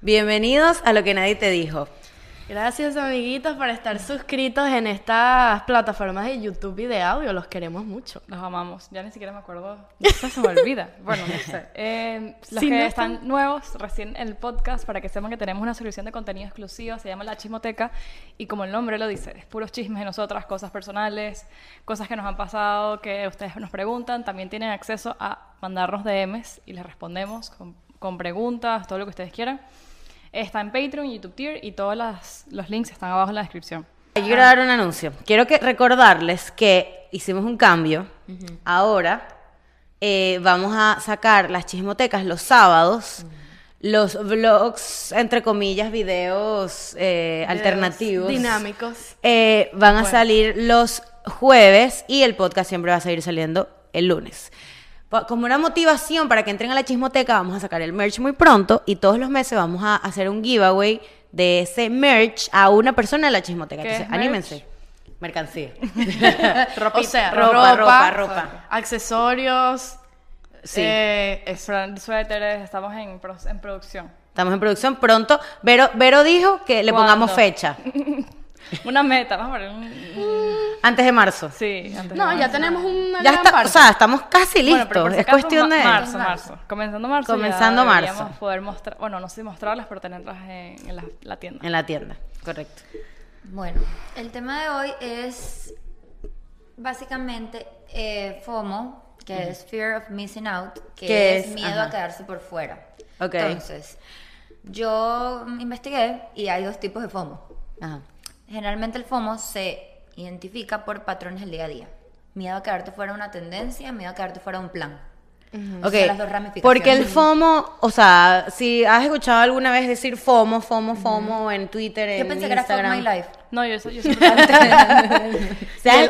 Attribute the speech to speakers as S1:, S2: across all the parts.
S1: Bienvenidos a lo que nadie te dijo.
S2: Gracias, amiguitos, por estar suscritos en estas plataformas de YouTube y de audio. Los queremos mucho.
S3: Los amamos. Ya ni siquiera me acuerdo. Eso se me olvida. Bueno, no sé. Eh, los
S2: Si
S3: que
S2: no
S3: están nuevos, recién el podcast, para que sepan que tenemos una solución de contenido exclusiva, se llama La Chismoteca. Y como el nombre lo dice, es puros chismes de nosotras, cosas personales, cosas que nos han pasado, que ustedes nos preguntan. También tienen acceso a mandarnos DMs y les respondemos con, con preguntas, todo lo que ustedes quieran. Está en Patreon, YouTube Tier y todos las- los links están abajo en la descripción.
S1: Yo quiero dar un anuncio. Quiero que recordarles que hicimos un cambio. Ahora eh, vamos a sacar las chismotecas los sábados, los vlogs, entre comillas, videos eh, alternativos.
S2: Dinámicos.
S1: Eh, van a salir los jueves y el podcast siempre va a seguir saliendo el lunes. Pa- Como una motivación para que entren a la chismoteca, vamos a sacar el merch muy pronto y todos los meses vamos a hacer un giveaway de ese merch a una persona de la chismoteca.
S3: ¿Qué
S1: Entonces,
S3: es merch?
S1: anímense. Mercancía.
S2: o sea,
S1: ropa,
S2: ropa,
S1: ropa, ropa.
S2: accesorios.
S1: Sí.
S2: eh, eso.
S3: Fran, Suéteres, estamos en, pro- en producción.
S1: Estamos en producción pronto. Vero, Vero dijo que le pongamos
S3: ¿Cuándo?
S1: fecha.
S3: Una meta, vamos a poner un-
S1: Antes de marzo.
S3: Sí, antes de
S2: No,
S3: marzo.
S2: ya tenemos una
S1: Ya
S2: gran
S1: está,
S2: parte.
S1: o sea, estamos casi
S3: Bueno,
S1: listos.
S3: pero por si
S1: es
S3: acaso,
S1: cuestión
S3: ma-
S1: de.
S3: Marzo, marzo. Comenzando marzo.
S1: Comenzando
S3: ya
S1: marzo.
S3: deberíamos poder mostrar, bueno, no sé si mostrarlas, pero tenerlas en, en la, la tienda.
S1: En la tienda, correcto.
S4: Bueno, el tema de hoy es básicamente eh, FOMO, que es Fear of Missing Out, que,
S1: ¿Qué
S4: es,
S1: es?
S4: miedo
S1: Ajá.
S4: a quedarse por fuera.
S1: Ok.
S4: Entonces, yo investigué y hay dos tipos de FOMO.
S1: Ajá.
S4: Generalmente el FOMO se identifica por patrones del día a día. Miedo a quedarte fuera de una tendencia, miedo a quedarte fuera de un plan.
S1: Ok,
S4: Son las dos ramificaciones.
S1: Porque el FOMO, o sea, si has escuchado alguna vez decir FOMO, FOMO, FOMO en Twitter, en
S4: Yo pensé que era FOMO
S1: Instagram.
S4: My Life.
S3: No, yo, yo siempre...
S1: ¿Sabes?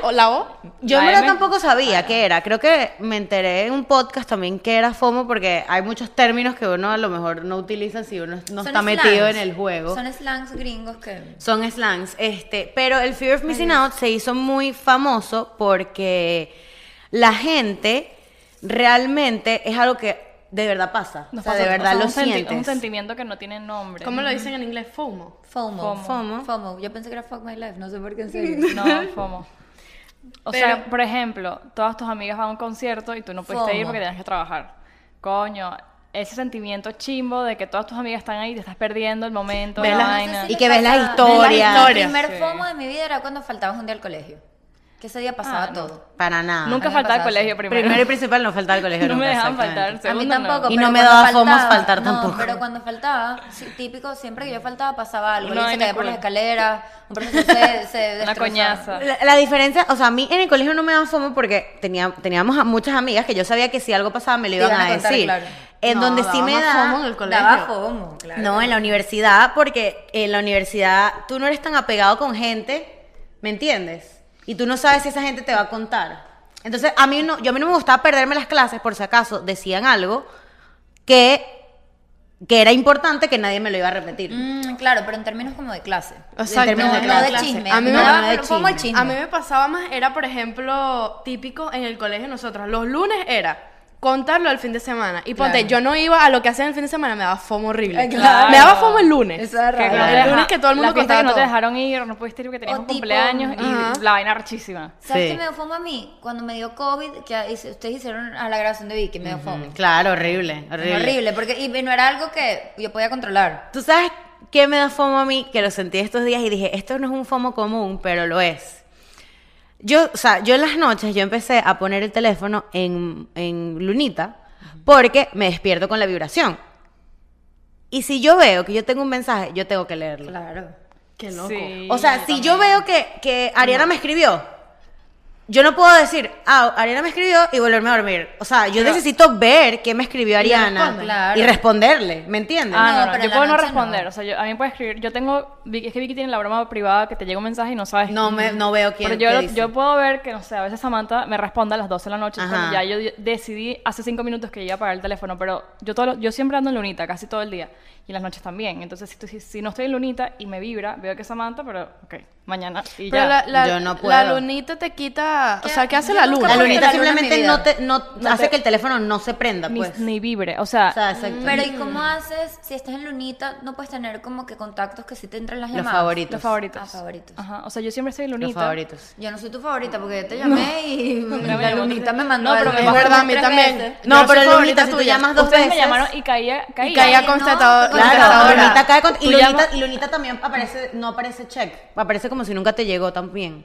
S2: ¿Y el- ¿La O?
S1: Yo
S3: la
S1: en verdad
S3: M?
S1: tampoco sabía qué era. Creo que me enteré en un podcast también que era FOMO porque hay muchos términos que uno a lo mejor no utiliza si uno no
S4: Son
S1: está metido en
S4: slangs.
S1: el juego.
S4: Son slangs gringos que...
S1: Son slangs, este, pero el fear of missing out se hizo muy famoso porque la gente realmente es algo que de verdad pasa, o
S3: Nos
S1: sea,
S3: pasa-
S1: de verdad
S3: o sea,
S1: lo
S3: un senti- Un
S1: sientes.
S3: sentimiento que no tiene nombre.
S2: ¿Cómo lo dicen en inglés? FOMO.
S4: FOMO.
S3: FOMO.
S1: FOMO.
S4: FOMO. Yo pensé que era Fuck My Life, no sé por qué en serio.
S3: No, FOMO. O sea,
S2: Pero-
S3: por ejemplo, todas tus amigas van a un concierto y tú no pudiste ir
S4: FOMO.
S3: porque tenías que trabajar. Coño, ese sentimiento chimbo de que todas tus amigas están ahí y te estás perdiendo el momento,
S1: Ve
S3: la
S1: las-
S3: vaina.
S1: y que ves las historias.
S4: historia El primer
S3: Sí.
S4: FOMO de mi vida era cuando faltabas un día al colegio. Que ese día
S1: Ah,
S4: pasaba todo.
S1: Para nada.
S3: Nunca
S4: a mí me
S3: faltaba al
S4: pasaba
S3: colegio
S4: así.
S3: primero.
S1: Primero y principal no faltar al colegio
S3: no
S1: nunca,
S3: me dejaban
S1: exactamente.
S3: faltar.
S4: A mí
S3: segundo no.
S4: tampoco.
S1: Y
S4: pero
S1: no me
S4: cuando
S1: daba FOMO
S4: faltaba-
S1: faltar tampoco.
S4: pero cuando faltaba, sí, típico, siempre que yo faltaba pasaba algo.
S3: Una
S4: Alguien
S3: vaina
S4: se caía por
S3: cool.
S4: las escaleras, un profesor se, se
S3: Una
S4: destrozó.
S3: coñaza.
S1: La, la diferencia, o sea, a mí en el colegio no me daban FOMO porque tenía, teníamos a muchas amigas que yo sabía que si algo pasaba me lo
S4: Te
S1: iban
S4: iban
S1: a,
S4: a contar,
S1: decir.
S4: claro.
S1: En
S2: No,
S1: donde sí
S2: daba
S1: me
S2: más
S1: da
S2: FOMo en el colegio.
S4: Daba FOMO, claro.
S1: No, en la universidad, porque en la universidad tú no eres tan apegado con gente, ¿me entiendes? Y tú no sabes si esa gente te va a contar. Entonces, a mí no, yo a mí no me gustaba perderme las clases, por si acaso decían algo que, que era importante que nadie me lo iba a repetir.
S4: Mm, claro, pero en términos como de clase.
S2: Exacto.
S1: En términos de
S4: no,
S1: clase.
S4: de chisme.
S2: A mí me
S4: no,
S2: daba-
S4: no de FOMO el chisme.
S2: A mí me pasaba más, era por ejemplo, típico en el colegio de nosotros. Los lunes era contarlo el fin de semana. Y ponte,
S4: Claro.
S2: yo no iba a lo que hacían el fin de semana, me daba fomo horrible.
S4: Ay, claro.
S2: Me daba fomo el lunes.
S4: Eso era
S3: Que
S4: raro.
S3: no te
S2: El
S3: deja-
S2: lunes que todo el mundo
S3: la fiesta que
S2: contaba
S3: no te
S2: todo.
S3: dejaron ir, no pudiste ir porque tenías
S4: O
S3: un
S4: tipo-
S3: cumpleaños
S2: Ajá.
S3: y la vaina rechísima.
S4: ¿Sabes
S1: Sí.
S4: qué me dio fomo a mí? Cuando me dio COVID, que ahí se- ustedes hicieron a la grabación de Vicky, me dio fomo.
S1: Claro, horrible,
S4: Horrible.
S1: horrible.
S4: porque y no era algo que yo podía controlar.
S1: ¿Tú sabes qué me da FOMO a mí? Que lo sentí estos días y dije, esto no es un FOMO común, pero lo es. Yo, o sea, yo en las noches yo empecé a poner el teléfono en, en lunita porque me despierto con la vibración. Y si yo veo que yo tengo un mensaje, yo tengo que leerlo.
S4: Claro.
S2: Qué loco.
S3: Sí,
S1: O sea, si yo veo que, que Ariana me escribió, yo no puedo decir, ah, Ariana me escribió y volverme a dormir. O sea, yo necesito ver qué me escribió
S2: le
S1: Ariana
S2: respondes.
S4: Claro.
S1: y responderle, ¿me entiendes?
S3: Ah,
S4: No,
S3: no, no,
S4: pero
S3: yo
S4: en la
S3: puedo no
S4: noche
S3: responder.
S4: no.
S3: O sea, yo- a mí me puede escribir. Yo tengo. Vicky- Es que Vicky tiene la broma privada que te llega un mensaje y no sabes.
S1: No, me, no veo quién
S3: Pero yo,
S1: qué
S3: lo-
S1: dice.
S3: yo puedo ver que, no sé, a veces Samantha me responde a las 12 de la noche
S1: Ajá.
S3: cuando ya yo di- decidí hace 5 minutos que iba a apagar el teléfono, pero yo todo lo- yo siempre ando en lunita, casi todo el día, y en las noches también. Entonces, si, tú- si- si no estoy en lunita y me vibra, veo que es Samantha, pero ok, mañana y
S2: Pero
S3: ya.
S2: la, la-
S1: Yo no
S2: la
S1: puedo.
S2: lunita te quita la. O
S4: ¿Qué-
S2: sea, ¿qué hace
S4: yo
S2: la
S4: nunca
S2: luna?
S1: La
S4: Porque
S1: lunita
S4: la luna es mi
S1: simplemente
S4: vida.
S1: no te, no, hace que el teléfono no se prenda,
S3: Ni,
S1: pues.
S3: ni vibre. O sea,
S1: O sea, exacto.
S4: Pero ¿y cómo haces? Si estás en lunita, no puedes tener como que contactos que sí te entran las
S1: Los
S4: llamadas.
S1: favoritos.
S3: los favoritos.
S4: Ah, favoritos.
S3: Ajá. O sea, yo siempre estoy en lunita.
S1: Los favoritos.
S4: Yo no soy tu favorita porque yo te llamé y
S3: me
S4: la
S3: llamó
S4: lunita
S3: otra-
S4: me mandó
S3: No, pero
S4: algo.
S3: me
S2: Es verdad, a mí
S4: Tres
S2: también.
S4: veces.
S2: Yo
S1: No,
S2: soy
S1: pero
S2: favorita
S1: Lunita, si tú
S2: tuya.
S1: llamas dos
S3: Ustedes
S1: veces.
S3: me llamaron y caía. caía. Ah,
S2: Y caía
S4: no,
S2: contestador.
S4: con contestadora.
S1: Claro,
S2: contestadora.
S1: Lunita cae con- y,
S2: Tú
S1: Lunita,
S2: llamas-
S1: y Lunita también aparece, no aparece check, aparece como si nunca te llegó también.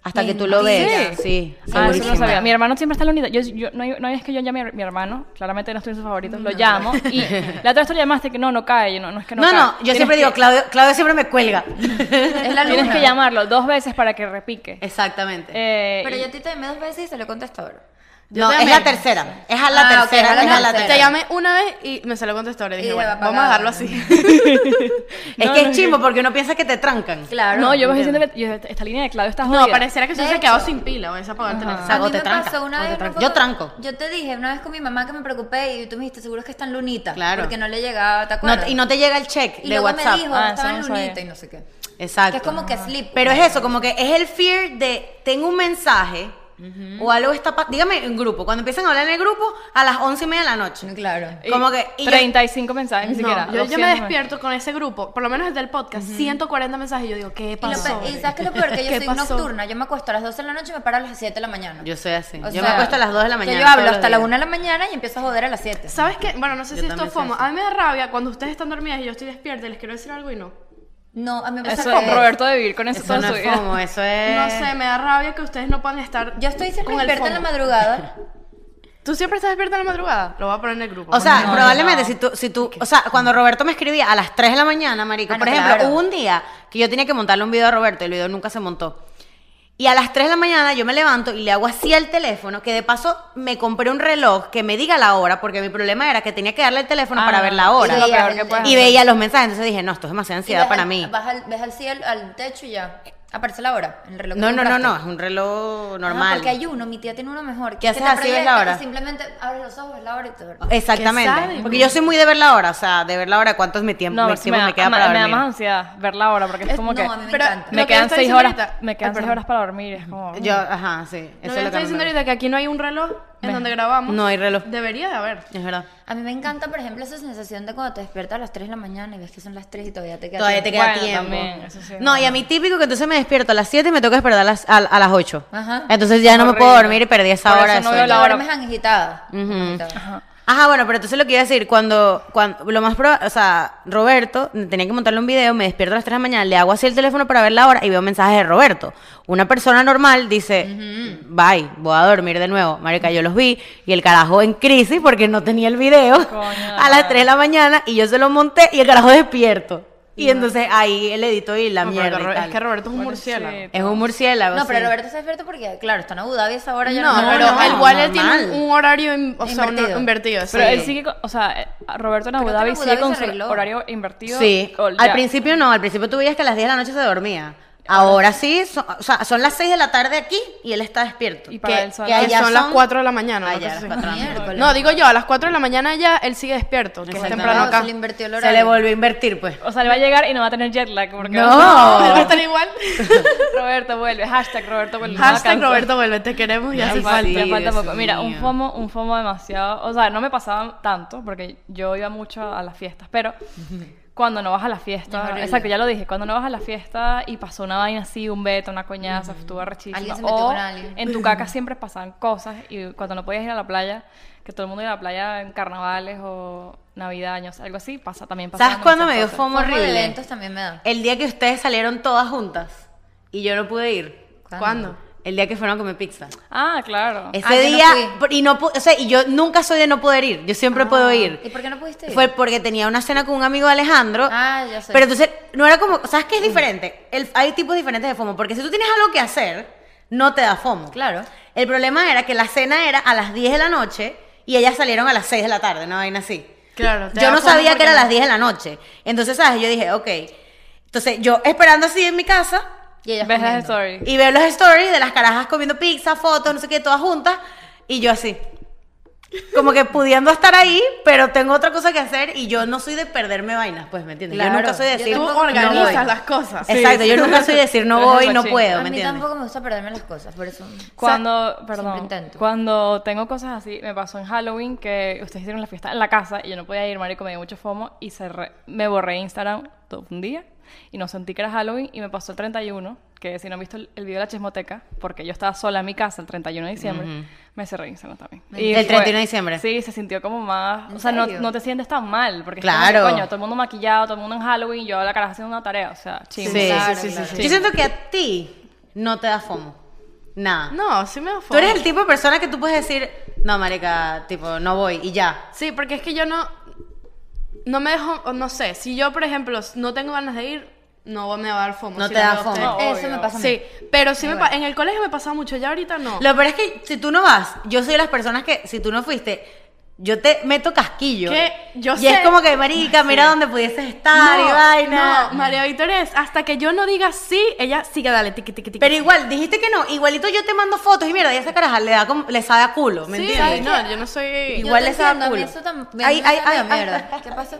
S1: Hasta que tú
S4: Mentira.
S1: lo ves. Sí,
S3: Ah, eso no
S1: segurísimo.
S3: lo sabía. Mi hermano siempre está en la unidad. Yo, yo- no, hay- no es que yo llame a mi hermano, claramente no estoy en sus favoritos, lo llamo. Y la otra vez tú le llamaste que no, no cae, yo no, no es que no
S1: No,
S3: cae.
S1: no, yo
S3: Tienes
S1: siempre
S3: que-
S1: digo, Claudio, Claudio siempre me cuelga.
S4: Es la luna.
S3: Tienes que llamarlo dos veces para que repique.
S1: Exactamente.
S3: Eh,
S4: Pero
S3: y-
S4: yo a ti te llamé dos veces y se lo contestador.
S1: no,
S2: te
S1: es
S2: llamé.
S1: la tercera. Es a la
S4: Ah, ok,
S1: tercera,
S4: era
S1: es a la
S4: tercera.
S1: tercera.
S2: Te llamé una vez y me salió contestador. Y dije,
S4: Y
S2: bueno,
S4: la
S2: vamos a
S4: apagaba.
S2: darlo así.
S1: Es
S3: No,
S1: que
S3: no,
S1: es chimbo porque uno piensa que te trancan.
S4: Claro.
S3: no, yo me estoy diciendo, yo- esta línea de Claudio está jodida.
S2: No, pareciera que se
S4: De
S2: hubiese
S4: hecho.
S2: quedado sin pila. Hubiese apagado el teléfono.
S1: sea,
S4: a
S1: o
S4: mí
S1: te
S4: me
S1: tranca,
S4: pasó una
S1: o te
S4: vez. una
S1: tranca.
S4: foto-
S1: Yo tranco.
S4: Yo te dije una vez con mi mamá que me preocupé y tú me dijiste, seguro es que está en lunita.
S1: Claro.
S4: Porque no le llegaba, ¿te
S1: No
S4: acuerdas?
S1: te- y no te llega el check
S4: Y
S1: de
S4: luego
S1: WhatsApp.
S4: me dijo,
S3: Ah, eso
S4: estaba en
S3: no sabía.
S4: lunita y no sé qué.
S1: Exacto.
S4: Que es como que sleep.
S1: Pero es eso, como que es el fear de tengo un mensaje o algo está pa- Dígame en grupo. Cuando empiezan a hablar en el grupo, a las once y media de la noche.
S4: Claro.
S3: Y
S1: Como que. y yo-
S3: 35 mensajes, ni siquiera.
S2: yo, yo me
S3: 200.
S2: despierto con ese grupo, por lo menos el del podcast, 140 mensajes. Y yo digo, ¿qué
S4: Y, lo
S2: pasó?
S4: pe- y sabes que lo peor que yo
S2: ¿Qué
S4: soy
S2: pasó?
S4: nocturna, yo me acuesto a las 12 de la noche y me paro a las 7 de la mañana.
S1: Yo soy así.
S4: O
S1: yo me
S4: sea,
S1: acuesto a las 2 de la
S4: que
S1: mañana.
S4: Yo hablo
S1: todos
S4: hasta
S1: los
S4: la
S1: días.
S4: 1 de la mañana y empiezo a joder a las 7.
S2: ¿Sabes qué? Bueno, no sé
S1: Yo
S2: si esto
S1: también
S2: es
S1: soy
S2: FOMO.
S1: así.
S2: A mí me da rabia cuando ustedes están dormidas y yo estoy despierta y les quiero decir algo y no.
S4: No, a mí me pasa
S3: Eso
S4: al
S3: es
S4: revés.
S3: Roberto de vivir con eso,
S1: Eso
S3: toda
S1: no
S3: su
S1: es
S3: vida.
S1: FOMO, eso
S3: Eh.
S1: es.
S2: No sé, me da rabia que ustedes no puedan estar.
S4: Yo estoy siempre
S2: con el
S4: despierta en la
S2: FOMO.
S4: madrugada.
S2: ¿Tú siempre estás despierta en la madrugada? Lo voy a poner en el grupo.
S1: O sea,
S3: No,
S1: probablemente
S3: no.
S1: si tú, si tú, o sea, cuando Roberto me escribía a las 3 de la mañana, marico,
S4: Ah, no,
S1: por ejemplo,
S4: claro.
S1: hubo un día que yo tenía que montarle un video a Roberto y el video nunca se montó. Y a las 3 de la mañana yo me levanto y le hago así al teléfono, que de paso me compré un reloj que me diga la hora, porque mi problema era que tenía que darle el teléfono
S3: Ah,
S1: para ver la
S3: eso
S1: hora.
S3: es lo
S4: Y
S3: peor
S4: al-
S3: que puedes
S1: Y
S3: hacer.
S1: veía los mensajes, entonces dije, no, esto es demasiada
S4: Y
S1: ansiedad
S4: ves
S1: para
S4: al-
S1: mí.
S4: Vas al, ves al cielo, al techo y ya. Aparece la hora. en El reloj que
S1: No, no, no,
S4: compraste.
S1: no, es un reloj
S4: Ah,
S1: normal.
S4: porque hay uno, mi tía tiene uno mejor.
S1: ¿Qué haces
S4: te
S1: así, ves
S4: proyecta
S1: la
S4: y
S1: hora?
S4: Simplemente abres los ojos, ves la hora y todo.
S2: ¿Qué sabe?
S1: Exactamente. Porque yo soy muy de ver la hora, o sea, de ver la hora, cuánto es mi tiempo,
S3: No,
S1: mi
S3: sí
S1: tiempo
S3: me,
S1: me queda
S3: da,
S1: para
S3: me da
S1: dormir.
S3: más ansiedad ver la hora, porque es como
S4: no,
S3: que
S4: a mí me
S2: pero-
S4: encanta.
S3: me
S2: Lo que
S3: quedan
S2: está
S3: 6
S2: diciendo
S3: horas,
S2: ahorita-
S3: me
S2: Ay,
S3: quedan seis
S2: perdón.
S3: horas para dormir, es como
S1: Yo, ajá, sí. Eso es lo
S2: Lo que estoy
S1: que
S2: diciendo
S1: me-
S2: ahorita que aquí no hay un reloj en
S3: Me-
S2: donde grabamos.
S1: No hay reloj.
S2: Debería de haber.
S1: Es verdad.
S4: A mí me encanta, por ejemplo, esa sensación de cuando te despiertas a las 3 de la mañana y ves que son las 3 y todavía te queda
S1: Todavía te
S4: tiempo.
S1: queda
S3: Bueno,
S1: tiempo.
S3: también, eso sí,
S1: no,
S3: no.
S1: y a mí típico que entonces me despierto a las 7 y me toca esperar a las, a, a las 8.
S4: Ajá.
S1: Entonces ya no me
S3: Horrible.
S1: puedo dormir y perdí esa
S3: Por
S1: hora
S3: eso
S1: de
S3: no veo
S1: sueño.
S3: la
S4: La
S3: hora.
S4: hora me agitada. agitada.
S1: Ajá, bueno, pero entonces lo que iba a decir, cuando, cuando lo más probable, o sea, Roberto, tenía que montarle un video, me despierto a las 3 de la mañana, le hago así el teléfono para ver la hora y veo mensajes de Roberto. Una persona normal dice, bye, voy a dormir de nuevo. Marica, yo los vi y el carajo en crisis porque no tenía el video
S3: Coño, la
S1: a las
S3: madre.
S1: 3 de la mañana y yo se lo monté y el carajo despierto. Y entonces ahí el edito y la
S2: No, pero
S1: mierda.
S2: que
S1: y
S2: Ro-
S1: tal.
S2: es que Roberto es un
S3: Bueno,
S2: murciélago.
S3: sí.
S1: Es un murciélago.
S4: No, pero
S1: sí.
S4: Roberto se despierta porque, claro, está en Abu Dhabi a esa hora. ya
S2: No,
S1: no,
S2: pero
S1: no,
S2: al igual él tiene
S1: normal.
S2: un, un horario in- o sea, un-
S4: Invertido.
S2: invertido.
S3: Pero
S2: sí.
S3: él sigue, con- o sea, eh, Roberto en Abu
S4: Creo que en
S3: Dhabi
S4: Abu
S3: sigue
S4: Dhabi
S3: con
S4: se
S3: su
S4: arregló.
S3: horario invertido.
S1: Sí.
S3: O
S1: Al
S3: ya.
S1: principio no, al principio tú veías que a las 10 de la noche se dormía. Ahora sí, so- o sea, son las 6 de la tarde aquí y él está despierto.
S3: Y para
S1: Que-
S3: él son
S1: que
S3: las-
S2: Que
S1: allá
S2: son las 4 de la mañana. ¿no?
S1: Allá,
S2: Que
S1: las
S2: sí.
S1: cuatro de la mañana.
S4: Miércoles.
S2: No, digo yo, a las 4 de la mañana ya él sigue despierto, que es
S1: Exactamente.
S2: temprano acá.
S4: Se le invirtió el
S1: Se le
S4: horario.
S1: volvió a invertir, pues.
S3: O sea, le va a llegar y no va a tener jet lag. Porque
S1: No.
S2: Él va a estar igual.
S3: Roberto vuelve, hashtag Roberto vuelve.
S2: Hashtag
S3: No,
S2: Roberto vuelve, te queremos y
S1: Ya
S2: hace
S1: sí,
S2: falta.
S3: Ya falta
S1: Dios
S3: poco. Mira, un
S1: mío.
S3: FOMO, un FOMO demasiado. O sea, no me pasaba tanto porque yo iba mucho a las fiestas, pero cuando no vas a la
S4: Es
S3: fiesta,
S4: horrible.
S3: exacto, ya lo dije, cuando no vas a la fiesta y pasó una vaina así, un beto, una coñaza, estuvo rechísima.
S4: Alguien se metió
S3: o
S4: con alguien.
S3: En tu caca siempre pasaban cosas y cuando no podías ir a la playa, que todo el mundo iba a la playa en carnavales o Navidad, años, algo así, pasa también.
S1: ¿Sabes
S3: pasaban
S1: cuándo me dio
S3: demasiadas cosas.
S1: FOMO
S4: Forma de
S1: horrible?
S4: eventos también me da.
S1: El día que ustedes salieron todas juntas y yo no pude ir.
S2: ¿Cuándo?
S1: El día que fueron a comer pizza.
S3: Ah, claro.
S1: Ese
S4: Ah, yo no
S1: día,
S4: fui.
S1: por- y no pu- o sea, y yo nunca soy de no poder ir, yo siempre puedo ir.
S4: ¿Y por qué no pudiste ir?
S1: Fue porque tenía una cena con un amigo de Alejandro.
S4: Ah, ya sé.
S1: Pero entonces, no era como, ¿sabes qué es diferente? El- hay tipos diferentes de FOMO, porque si tú tienes algo que hacer, no te da FOMO.
S4: Claro.
S1: El problema era que la cena era a las 10 de la noche y ellas salieron a las 6 de la tarde, una vaina así.
S2: Claro, te
S1: Yo
S2: da
S1: no
S2: fomo
S1: sabía que
S2: porque
S1: era a
S2: no-
S1: las 10 de la noche. Entonces, ¿sabes? Yo dije, ok. Entonces, yo esperando así en mi casa
S4: Y ellas
S3: Ves las
S4: comiendo.
S3: stories.
S1: y veo los stories de las carajas comiendo pizza, fotos, no sé qué, todas juntas, y yo así. Como que pudiendo estar ahí, pero tengo otra cosa que hacer y yo no soy de perderme vainas, pues, ¿me entiendes?
S4: Claro.
S1: Yo nunca soy de
S4: Yo
S1: decir.
S2: Tú
S4: tampoco-
S1: no
S2: organizas
S1: voy.
S2: las cosas.
S1: Exacto, yo nunca soy de decir no
S3: Eres
S1: voy, no
S3: machista.
S1: puedo,
S4: A
S1: ¿me
S4: mí
S1: entiendes?
S4: tampoco me gusta perderme las cosas, por eso.
S3: Cuando,
S4: siempre
S3: perdón,
S4: intento.
S3: cuando tengo cosas así, me pasó en Halloween que ustedes hicieron la fiesta en la casa y yo no podía ir, marico, me dio mucho fomo y cerré, me borré Instagram todo un día y no sentí que era Halloween y me pasó el 31, que si no han visto el, el video de la chismoteca, porque yo estaba sola en mi casa el 31 de diciembre, me cerré Instagram también. Y
S1: ¿El 31 de diciembre?
S3: Sí, se sintió como más,
S4: ¿En
S3: o sea, no,
S4: serio?
S3: no te sientes tan mal, porque es como que,
S1: Claro.
S3: coño, todo el mundo maquillado, todo el mundo en Halloween, yo la cara haciendo una tarea, o sea,
S1: Sí,
S3: chimbo.
S1: sí,
S4: Claro,
S1: sí, sí,
S4: claro.
S1: sí.
S3: Sí.
S1: Yo siento que a ti no te da fomo. Nada.
S2: No, sí me da
S1: Tú eres el tipo de persona que tú puedes decir, no, marica, tipo, no voy y ya.
S2: Sí, porque es que yo no. No me dejo. o No sé. Si yo, por ejemplo, no tengo ganas de ir, no me va a dar fomo.
S1: No
S2: si
S1: te
S2: la
S1: da
S2: veo a
S1: fomo.
S2: ustedes.
S4: Eso me pasa a mí.
S2: Sí, pero sí me pa- en el colegio me pasaba mucho, ya ahorita no.
S1: Lo peor es que si tú no vas, yo soy de las personas que si tú no fuiste, yo te meto casquillo.
S2: ¿Qué? Yo
S1: y
S2: sé.
S1: es como que, marica, mira dónde pudieses estar y vaina.
S2: no, María Victoria es hasta que yo no diga sí, ella sigue dale tiqui tiqui tiqui.
S1: Pero igual, dijiste que no, igualito yo te mando fotos y mierda, y esa caraja le da como, le sabe a culo, ¿me
S2: sí,
S1: entiendes?
S2: no, yo no soy
S1: Igual
S4: yo te
S1: les da
S4: entiendo, a mí
S1: culo.
S4: eso también.
S1: Ay,
S4: Ay,
S1: ay,
S4: ay,
S1: ay, ay,
S4: mierda. ¿Qué pasó?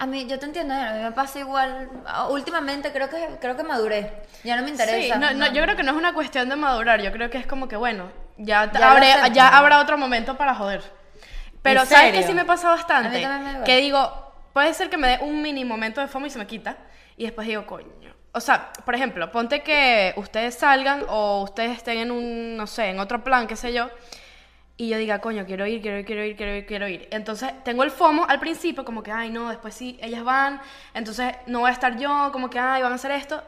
S4: A mí, yo te entiendo, a mí me pasa igual. Ah, Últimamente creo que creo que maduré. Ya no me interesa.
S2: Sí, no, no, yo creo que no es una cuestión de madurar, yo creo que es como que bueno, ya, te-
S4: Ya lo
S2: habré-
S4: acepto.
S2: ya habrá otro momento para joder. Pero
S1: ¿En
S2: sabes que
S1: serio?
S2: sí me pasa
S4: A mí
S2: bastante,
S4: también me da
S2: que
S4: igual.
S2: digo, puede ser que me dé un mini momento de fama y se me quita y después digo, coño. O sea, por ejemplo, ponte que ustedes salgan o ustedes estén en un, no sé, en otro plan, qué sé yo, y yo diga, coño, quiero ir, quiero ir, quiero ir, quiero ir, quiero ir. Entonces tengo el FOMO al principio, como que, ay, no, después sí, ellas van, entonces no voy a estar yo, como que, ay, van a hacer esto.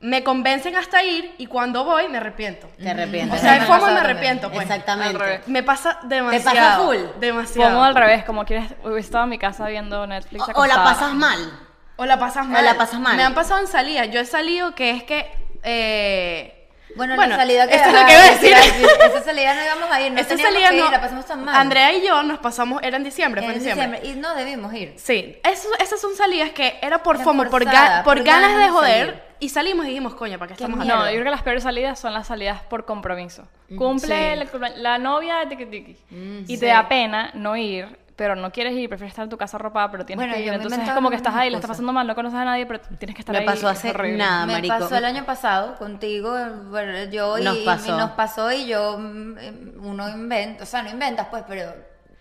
S2: Me convencen hasta ir y cuando voy me arrepiento.
S1: Te arrepientes.
S2: O sea, el
S4: me
S2: FOMO
S4: pasa
S2: me
S4: también.
S2: arrepiento, pues.
S1: Exactamente.
S3: Al revés.
S2: Me pasa demasiado.
S1: full?
S2: Demasiado.
S3: Como al revés, como quieres, hubiera estado en mi casa viendo Netflix.
S1: O, o la
S3: acostada.
S1: pasas mal.
S2: O la pasas mal.
S1: la pasas mal.
S2: Me han pasado en salidas. Yo he salido que es que. eh,
S4: Bueno, la salida que
S2: esto es lo
S4: ajá,
S2: que iba a
S4: te
S2: decir.
S4: iba a Esa salida no íbamos a ir, no
S2: Esta
S4: teníamos
S2: salida
S4: que
S2: no-
S4: ir, la pasamos tan mal.
S2: Andrea y yo nos pasamos, era en diciembre,
S4: en
S2: fue en
S4: diciembre.
S2: diciembre.
S4: Y no debimos ir.
S2: Sí, eso- esas son salidas que era por
S4: Era
S2: FOMO, por,
S4: forzada,
S2: ga- por
S4: por
S2: ganas
S4: ganas
S2: de
S4: de
S2: joder.
S4: salir.
S2: Y salimos y dijimos, coño, ¿para qué, estamos
S4: mierda.
S2: acá?
S3: No, yo creo que las peores salidas son las salidas por compromiso. Cumple la, cumple- la novia de tiki tiki. y te da pena no ir, pero no quieres ir, prefieres estar en tu casa arropada, pero tienes
S4: Bueno,
S3: que ir.
S4: yo me
S3: Entonces es
S4: inventaba
S3: como que
S4: unas
S3: estás ahí, la estás
S4: excusas.
S3: pasando mal, no conoces a nadie, pero tienes que estar
S1: Me
S3: ahí.
S1: pasó
S3: es
S1: hace
S3: horrible.
S1: nada. Ah,
S4: me
S1: marico.
S4: pasó el año pasado contigo, bueno, yo y
S1: Nos
S4: nos
S1: pasó.
S4: pasó. nos pasó y yo, mm, eh, uno inventa, o sea, no inventas pues, pero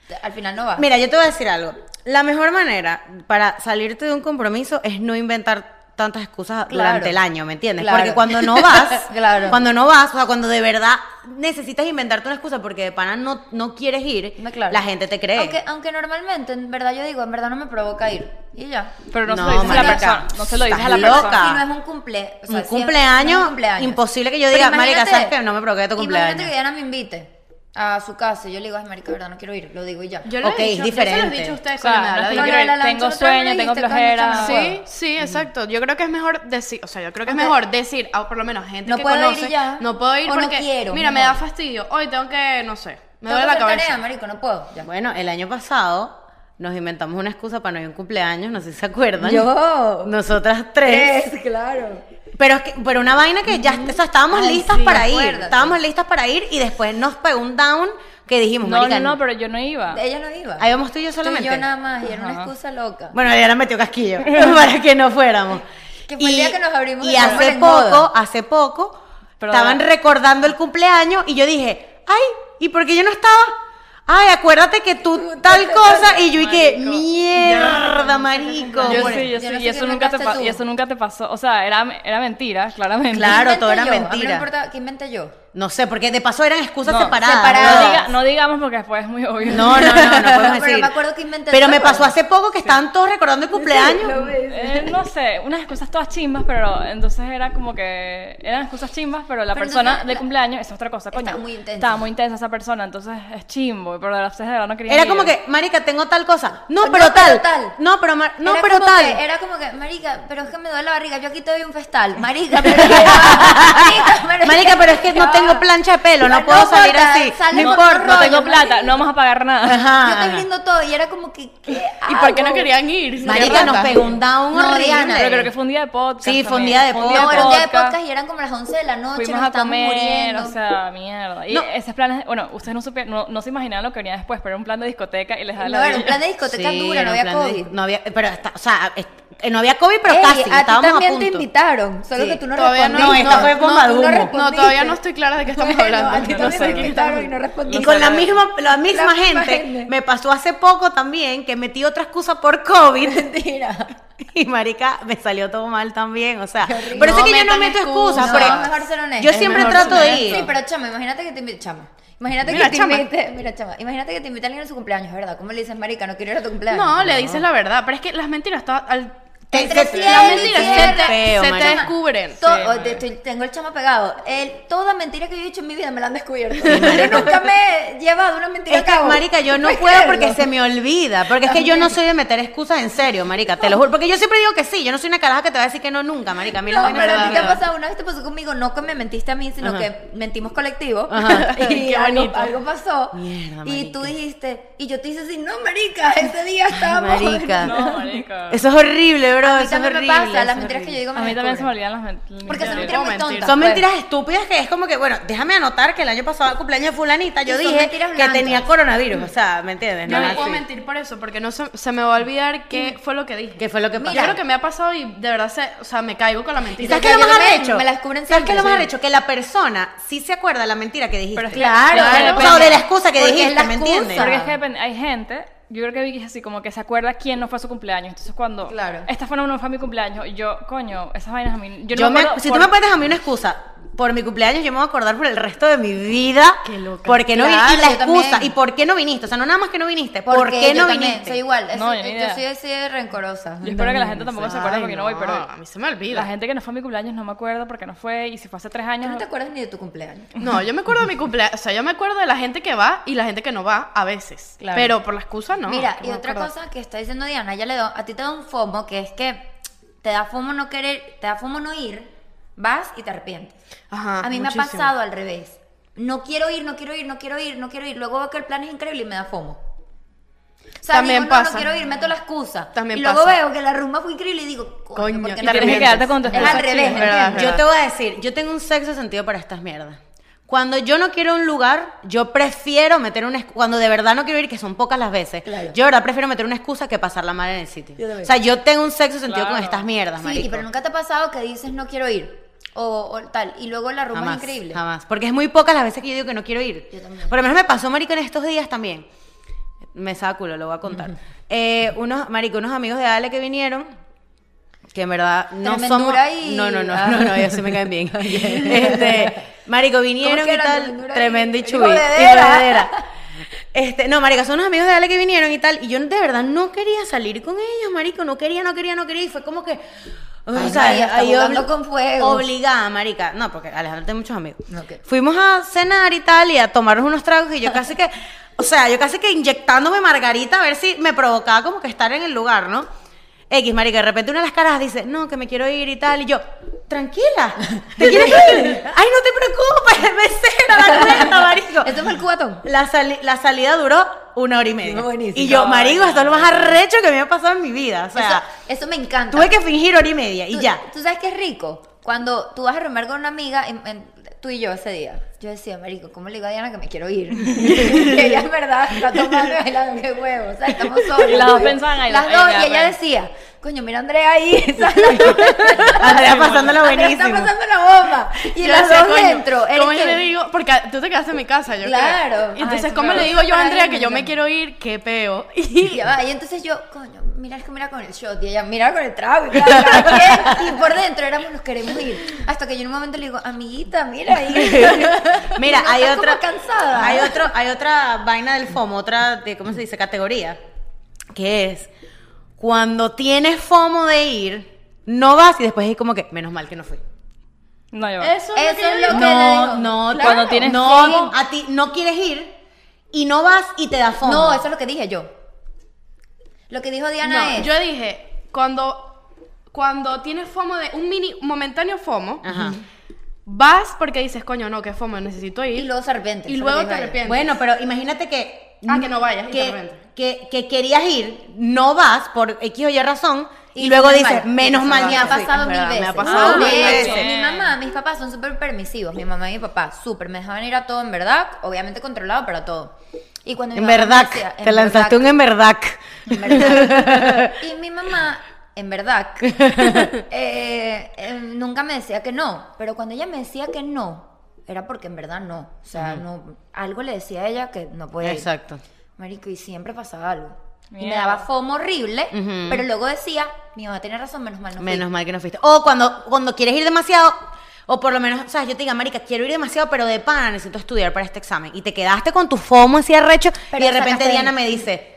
S4: te- al final no va.
S1: Mira, yo te voy a decir algo. La mejor manera para salirte de un compromiso es no inventar tantas excusas
S4: Claro.
S1: durante el año, ¿me entiendes?
S4: Claro.
S1: Porque cuando no vas,
S4: Claro.
S1: cuando no vas, o sea, cuando de verdad necesitas inventarte una excusa porque de pana no, no quieres ir,
S4: No, claro.
S1: la gente te cree.
S4: Aunque, aunque normalmente, en verdad yo digo, en verdad no me provoca ir. Y ya.
S3: Pero no, se
S1: No,
S3: lo dices a la
S1: marica,
S3: persona. No se lo dices a la
S1: estás loca.
S3: persona.
S4: Si no es un cumple, o sea, si es- no
S1: un
S4: es
S1: cumpleaños,
S4: un cumpleaños.
S1: imposible que yo
S4: Pero
S1: diga, marica,
S4: imagínate-
S1: ¿sabes qué? No me provoqué tu
S4: Imagínate
S1: cumpleaños.
S4: que Diana me invite a su casa y yo le digo, ay, marica, de verdad no quiero ir, lo digo y ya.
S2: Yo lo
S1: Ok,
S2: he
S1: es
S2: dicho, Yo se
S1: diferente.
S2: los he dicho a ustedes,
S3: O sea,
S2: coño, me da
S3: no
S2: la
S3: es
S2: vida.
S3: como
S4: vida.
S3: que
S4: La lancha
S3: tengo
S4: otra vez me
S3: sueño, tengo
S4: dijiste, coño,
S3: flojera.
S4: chama,
S2: Sí,
S4: Wow.
S2: sí, exacto. Yo creo que es mejor decir, o sea, yo creo que es
S4: Aunque-
S2: mejor decir a por lo menos gente
S4: No
S2: que
S4: puedo ir
S2: conoce,
S4: y ya.
S2: no puedo ir
S4: O no
S2: porque
S4: quiero,
S2: mira,
S4: mi
S2: me da
S4: amor.
S2: fastidio. Hoy tengo que, no sé, me duele
S4: Tengo que
S2: la
S4: hacer
S2: cabeza.
S4: tarea, marico, no puedo. Ya.
S1: Bueno, el año pasado nos inventamos una excusa para no ir a un cumpleaños, no sé si se acuerdan.
S4: Yo. Eh.
S1: Nosotras tres.
S4: claro.
S1: Pero es que, pero una vaina que ya, o sea, estábamos
S4: Ay,
S1: listas
S4: sí,
S1: para ir,
S4: acuérdate.
S1: estábamos listas para ir y después nos pegó un down que dijimos,
S3: No,
S1: marica,
S3: no, no, pero yo no iba.
S4: Ella no iba.
S1: ahí vamos tú y yo
S4: Tú y
S1: solamente.
S4: yo nada más, y era una
S3: Ajá.
S4: excusa loca.
S1: Bueno, Diana metió casquillo para que no fuéramos.
S4: Que fue el día que nos abrimos
S1: Y
S4: el árbol
S1: hace
S4: en
S1: poco,
S4: boda.
S1: hace poco,
S3: Pero-
S1: estaban recordando el cumpleaños y yo dije, ay, ¿y por qué yo no estaba? Ay, acuérdate que tú tal cosa y yo y que
S2: Marico.
S1: mierda, marico.
S3: Yo
S1: Bueno,
S3: sí, yo
S4: Yo
S3: sí,
S4: no sé
S3: y
S4: qué
S3: eso nunca te
S4: inventaste
S3: pa-
S4: tú.
S3: y eso nunca te pasó. O sea, era, era mentira, claramente.
S1: Claro.
S4: ¿Qué inventé
S1: todo era
S4: yo? A mí no
S1: mentira.
S4: me importa qué inventé yo.
S1: No sé, porque de paso eran excusas
S3: No,
S1: separadas.
S4: separadas.
S1: ¿no?
S3: No, diga- no digamos porque después es muy obvio.
S1: No, no, no, no podemos
S4: No, pero
S1: decir.
S4: me acuerdo que inventé
S1: Pero
S4: el
S1: me
S4: juego.
S1: pasó hace poco que estaban todos recordando el cumpleaños.
S3: Eh, no sé, unas excusas todas chimbas, pero entonces era como que eran excusas chimbas, pero la
S4: Pero
S3: persona
S4: entonces,
S3: de
S4: la-
S3: cumpleaños es otra cosa, coño.
S4: Estaba muy intensa.
S3: Estaba muy intensa esa persona, entonces es chimbo. pero a veces de verdad no quería
S1: Era
S3: ir.
S1: como que, marica, tengo tal cosa. No,
S4: No,
S1: pero,
S4: pero
S1: tal.
S4: tal.
S1: No, pero, mar- no,
S4: Era
S1: pero
S4: como
S1: tal.
S4: que- era como que, marica, pero es que me duele la barriga, yo aquí te doy un festal. Marica, pero es que- marica, pero es
S1: Marica,
S4: que-
S1: pero es que no tengo plancha de pelo, no
S4: No
S1: puedo salir
S4: importa,
S1: así.
S4: sale
S1: No
S4: con
S1: importa.
S4: otro
S3: No tengo
S4: rollo,
S3: plata,
S4: marica.
S3: no vamos a pagar nada.
S1: Ajá.
S4: Yo te brindo todo y era como que, ¿qué
S2: ¿Y por qué no
S4: hago?
S2: querían ir?
S1: Marica, nos
S2: Qué
S1: pegó un down
S4: No,
S1: horrible.
S4: Diana.
S3: Pero creo que fue un día de podcast.
S1: Sí, fue un
S3: también.
S1: día de
S4: No,
S1: podcast.
S4: era un día de podcast y eran como las 11 de la noche,
S3: Fuimos
S4: nos
S3: a
S4: estábamos
S3: comer,
S4: muriendo.
S3: o sea, mierda. Y
S1: No.
S3: esos planes, bueno, ustedes no, supieron, no, no se imaginaban lo que venía después, pero era un plan de discoteca y les da
S4: no,
S3: la
S4: era un plan de discoteca
S1: Sí,
S4: dura,
S1: era
S4: no
S1: un
S4: había
S1: plan de-
S4: COVID.
S1: no había, pero está, o sea, est- eh, no había COVID, pero
S4: Ey,
S1: casi.
S4: a ti
S1: estábamos
S4: también
S1: a
S4: te
S1: punto.
S4: invitaron, solo
S1: Sí.
S4: que tú no
S2: Todavía no,
S4: respondiste.
S1: no, esta fue
S4: tú no
S1: Bombadumo. No,
S2: No,
S4: respondiste.
S2: todavía no estoy clara de qué estamos
S4: Bueno,
S2: hablando.
S4: A ti
S3: No
S4: también
S3: sé.
S4: me invitaron y no respondiste.
S1: Y con la misma, la misma
S4: La misma
S1: gente,
S4: gente.
S1: me pasó hace poco también que metí otra excusa por COVID
S4: Mentira.
S1: y marica me salió todo mal también, o sea,
S4: horrible.
S1: por eso es que
S2: No
S1: yo no
S2: metan
S1: meto
S2: excusas.
S1: excusas,
S4: No,
S1: pero
S4: es mejor ser honesto.
S1: yo
S4: Es
S1: siempre
S3: mejor
S1: trato
S3: ser
S1: de
S3: honesto.
S1: ir.
S4: Sí, pero chama, imagínate que te invite, chama. Imagínate
S2: Mira,
S4: que te
S2: chama.
S4: invite, mira chama, imagínate que te invite alguien a su cumpleaños, ¿verdad? ¿Cómo le dices, marica, no quiero ir a tu cumpleaños?
S2: No, le dices la verdad, pero es que las mentiras está al
S1: Te-
S4: Entre
S1: se-
S4: fiel
S1: la
S4: y
S1: mentira
S4: fiel.
S1: se te-
S2: Feo,
S1: se te
S2: marica.
S1: descu-
S2: descubren.
S4: To-
S3: Sí,
S4: oh,
S3: marica.
S4: te- estoy- tengo el chama pegado. El, toda mentira que yo he dicho en mi vida me la han descubierto. Yo nunca me he llevado una mentira
S1: Es
S4: a
S1: que,
S4: cabo.
S1: marica, yo no
S4: ¿Puedes
S1: puedo porque
S4: creerlo?
S1: se me olvida. Porque es que yo no soy de meter excusas en serio, marica, te lo juro. Porque yo siempre digo que sí, yo no soy una caraja que te va a decir que no nunca, marica. A mí
S4: No,
S1: las vainas
S4: pero a
S1: se
S4: ti
S1: me
S4: te ha
S1: olvidan.
S4: pasado una vez te pasó conmigo, no que me mentiste a mí, sino
S1: Ajá.
S4: que mentimos colectivo.
S1: Ajá.
S4: Y
S2: Qué
S4: algo,
S2: bonito.
S4: algo pasó.
S1: Mierda,
S4: y tú
S1: marica.
S4: dijiste, y yo te hice así, no, marica, ese día estábamos.
S1: marica.
S3: No, marica.
S1: Eso es horrible, bro.
S4: A mí
S1: Eso es
S4: también
S1: horrible.
S4: me pasa, las
S1: eso es
S4: mentiras que yo
S1: horrible.
S4: digo me
S3: A mí también se me
S4: descubren.
S3: olvidan las mentiras.
S4: Porque son
S2: Yo
S4: mentiras
S2: puedo
S4: muy
S2: mentir.
S4: tontas.
S1: Son
S4: pues.
S1: mentiras estúpidas que es como que, bueno, déjame anotar que el año pasado, al cumpleaños de fulanita, yo
S4: Y son
S1: dije
S4: mentiras
S1: que
S4: blancas.
S1: tenía coronavirus. O sea, ¿me entiendes?
S2: Yo
S1: Nada
S2: no puedo
S1: así.
S2: mentir por eso, porque no se, se me va a olvidar qué fue lo que dije.
S1: ¿Qué fue lo que pasó?
S2: Yo creo que me ha pasado y de verdad, se, o sea, me caigo con la
S1: ¿Y
S2: mentira.
S1: sabes qué
S4: yo
S1: es lo más
S4: también,
S1: arrecho?
S4: me las cubren
S1: ¿Sabes qué es lo más
S4: siempre,
S1: arrecho? Que la persona sí se acuerda la mentira que dijiste.
S3: Pero es que-
S4: Claro,
S1: Claro,
S3: claro,
S1: o sea, o de la
S4: depende.
S1: excusa que
S4: Porque es
S1: dijiste,
S4: la
S1: ¿me
S4: excusa.
S1: entiendes?
S3: Porque es que depende, hay gente, yo creo que Vicky es así, como que se acuerda quién no fue a su cumpleaños. Entonces cuando
S4: Claro.
S3: esta fue, no fue mi cumpleaños, y yo, coño, esas vainas a mí, yo no
S1: Yo me-
S3: acuerdo
S1: si
S3: por-
S1: tú me pones a mí una excusa por mi cumpleaños, yo me voy a acordar por el resto de mi vida.
S2: Qué loca.
S1: Porque no viniste.
S4: Claro,
S1: Y la
S4: yo también.
S1: excusa. ¿Y por qué no viniste? O sea, no nada más que no viniste. ¿Por,
S4: Porque
S1: qué
S4: yo
S1: no
S4: también
S1: viniste?
S4: Soy igual, es-
S3: No, yo ni idea.
S4: yo soy así de rencorosa.
S3: Yo espero que la gente tampoco se acuerde porque no voy, pero
S2: A mí se me olvida.
S3: la gente que no fue a mi cumpleaños no me acuerdo porque no fue, y si fue hace tres
S4: Tú
S3: años...
S4: no te acuerdas ni de tu cumpleaños.
S2: No, yo me acuerdo de mi cumpleaños. O sea, yo me acuerdo de la gente que va y la gente que no va a veces.
S3: Claro.
S2: Pero por la excusa no.
S4: Mira,
S2: ¿cómo
S4: y otra
S2: acuerdas?
S4: cosa que está diciendo Diana, ya le do, a ti te da un FOMO, que es que te da FOMO no querer, te da FOMO no ir, vas y te arrepientes.
S2: Ajá,
S4: a mí me ha
S2: muchísimo.
S4: pasado al revés. No quiero ir, no quiero ir, no quiero ir, no quiero ir. Luego veo que el plan es increíble y me da FOMO. O sea,
S2: También
S4: digo, no,
S2: pasa.
S4: no quiero ir, meto la excusa.
S2: También
S4: y luego
S2: pasa.
S4: veo que la rumba fue increíble y digo, coño,
S2: Coño,
S4: ¿por qué
S2: y
S4: no
S3: Tienes que
S4: fui?"
S3: quedarte con tu
S4: Es
S3: excusa,
S4: al revés,
S3: sí,
S2: es verdad,
S4: ¿entiendes?
S1: Yo te voy a decir, yo tengo un sexo sentido para estas mierdas. Cuando yo no quiero un lugar, yo prefiero meter una excu- cuando de verdad no quiero ir, que son pocas las veces,
S4: Claro.
S1: yo de verdad prefiero meter una excusa que pasarla mal en el sitio.
S4: Yo también.
S1: o sea, yo tengo un sexo sentido con
S3: Claro.
S1: estas mierdas,
S4: Sí,
S1: marico.
S4: y pero nunca te ha pasado que dices no quiero ir o, o tal y luego la rumba
S1: jamás,
S4: es increíble.
S1: Jamás. Porque es muy pocas las veces que yo digo que no quiero ir.
S4: Yo también.
S1: Por lo menos me pasó, marico, en estos días también. Me sáculo, lo voy a contar. Eh, unos, marico, unos amigos de Ale que vinieron, que en verdad no somos...
S4: Tremendura y-
S1: No, no, no,
S4: Ah.
S1: no, no, ellos sí me caen bien. Este, marico, vinieron
S4: que
S1: y
S4: era?
S1: tal,
S4: Tremendura y-
S1: tremendo y
S4: y
S1: chubi. y
S4: jodedera.
S1: jodedera. Este, no, marica, son unos amigos de Ale que vinieron y tal, y yo de verdad no quería salir con ellos, marico, no quería, no quería, no quería, y fue como que...
S4: Ay, María, está
S1: ahí
S4: jugando
S1: obli-
S4: con fuego.
S1: obli- obligada, marica. No, porque Alejandro tiene muchos amigos.
S4: Ok.
S1: Fuimos a cenar y tal, y a tomarnos unos tragos, y yo casi que, o sea, yo casi que inyectándome margarita a ver si me provocaba como que estar en el lugar, ¿no? X, marica, de repente una de las caras dice, no, que me quiero ir y tal, y yo, tranquila, ¿te quieres ir? Ay, no te preocupes, mesera, la cuenta, marico.
S4: Esto fue el cubatón.
S1: La, sali- la salida duró una hora y media.
S4: Buenísimo.
S1: Y yo, marico, esto es lo más arrecho que me ha pasado en mi vida, o sea,
S4: eso, eso me encanta.
S1: tuve que fingir hora y media, y
S4: Tú-
S1: ya.
S4: Tú sabes que es rico cuando tú vas a rumbear con una amiga, en- en- tú y yo ese día. Yo decía, marico, ¿cómo le digo a Diana que me quiero ir? Y ella en verdad está tomando y bailando qué huevo, o sea, estamos solos.
S3: Y las dos pensaban, ay,
S4: Las
S3: ay,
S4: dos
S3: me da
S4: y ella
S3: pena.
S4: decía, coño, mira a Andrea ahí, ¿sabes?
S1: Andrea pasándola
S4: Andrea
S1: buenísimo.
S4: está pasando la bomba y
S2: Yo
S4: las
S2: decía,
S4: dos
S2: "Coño,
S4: dentro. eres
S2: ¿Cómo yo
S4: que-
S2: le digo? Porque a- tú te quedaste en mi casa, yo creo.
S4: Claro.
S2: Y Entonces,
S3: Ay,
S2: ¿cómo
S3: claro.
S2: le digo yo a
S4: Para
S2: Andrea
S4: mí,
S2: que yo
S4: no.
S2: me quiero ir? ¡Qué peo! Y
S4: Y, ya va, y entonces yo, coño, mira, es que mira con el shot. Y ella, mira con el trago. Y, cada- cada quien. Y por dentro éramos, nos queremos ir. Hasta que yo en un momento le digo, amiguita, mira ahí.
S1: Mira,
S4: No,
S1: hay
S4: está
S1: otra,
S4: como cansada.
S1: hay otro, hay otra vaina del FOMO, otra, de, ¿cómo se dice? Categoría, que es cuando tienes FOMO de ir, no vas y después es como que, menos mal que no fui.
S3: No, yo
S2: eso
S4: Eso es lo que le digo.
S1: No, no,
S4: Claro.
S1: cuando tienes no,
S3: FOMO.
S1: a ti no quieres ir y no vas y te da fomo.
S4: No, eso es lo que dije yo. Lo que dijo Diana
S2: No,
S4: es.
S2: yo dije, cuando, cuando tienes FOMO de un mini momentáneo FOMO,
S1: Ajá.
S2: vas porque dices, coño, no, que FOMO, necesito ir.
S4: Y luego se arrepiente.
S2: Y
S4: eso es lo
S2: luego
S4: que
S2: te
S4: dijo ella.
S2: arrepientes.
S1: Bueno, pero imagínate que.
S2: Ah, que no vayas y te
S1: Que,
S2: arrepientes.
S1: que, que querías ir, no vas por X o Y razón, y,
S4: Y
S1: luego
S4: menos
S1: dices,
S4: mal.
S1: menos mal,
S4: me
S1: ya
S4: ha pasado mil veces.
S2: Me ha pasado
S4: Ah,
S2: mil
S4: de hecho,
S2: veces.
S4: Mi mamá, mis papás son súper permisivos. Mi mamá y mi papá, súper. Me dejaban ir a todo, en verdad. Obviamente controlado, pero a todo. Y cuando mi
S1: En
S4: mamá me
S1: verdad,
S4: decía, en
S1: te lanzaste
S4: verdad,
S1: un en verdad.
S4: en verdad. Y mi mamá, en verdad, eh, eh, nunca me decía que no. Pero cuando ella me decía que no, era porque en verdad no. O sea, no, algo le decía a ella que no podía ir.
S1: Exacto.
S4: Marico, y siempre pasaba algo. Y me
S3: Mierda.
S4: daba fomo horrible,
S1: Ujú.
S4: pero luego decía, mi mamá tenía razón, menos mal no fui.
S1: Menos mal que no fuiste. O cuando, cuando quieres ir demasiado, o por lo menos, sabes, yo te diga, marica, quiero ir demasiado, pero de pana necesito estudiar para este examen. Y te quedaste con tu fomo así arrecho,
S4: Pero
S1: y de
S4: sacaste
S1: repente
S4: veinte.
S1: Diana me dice,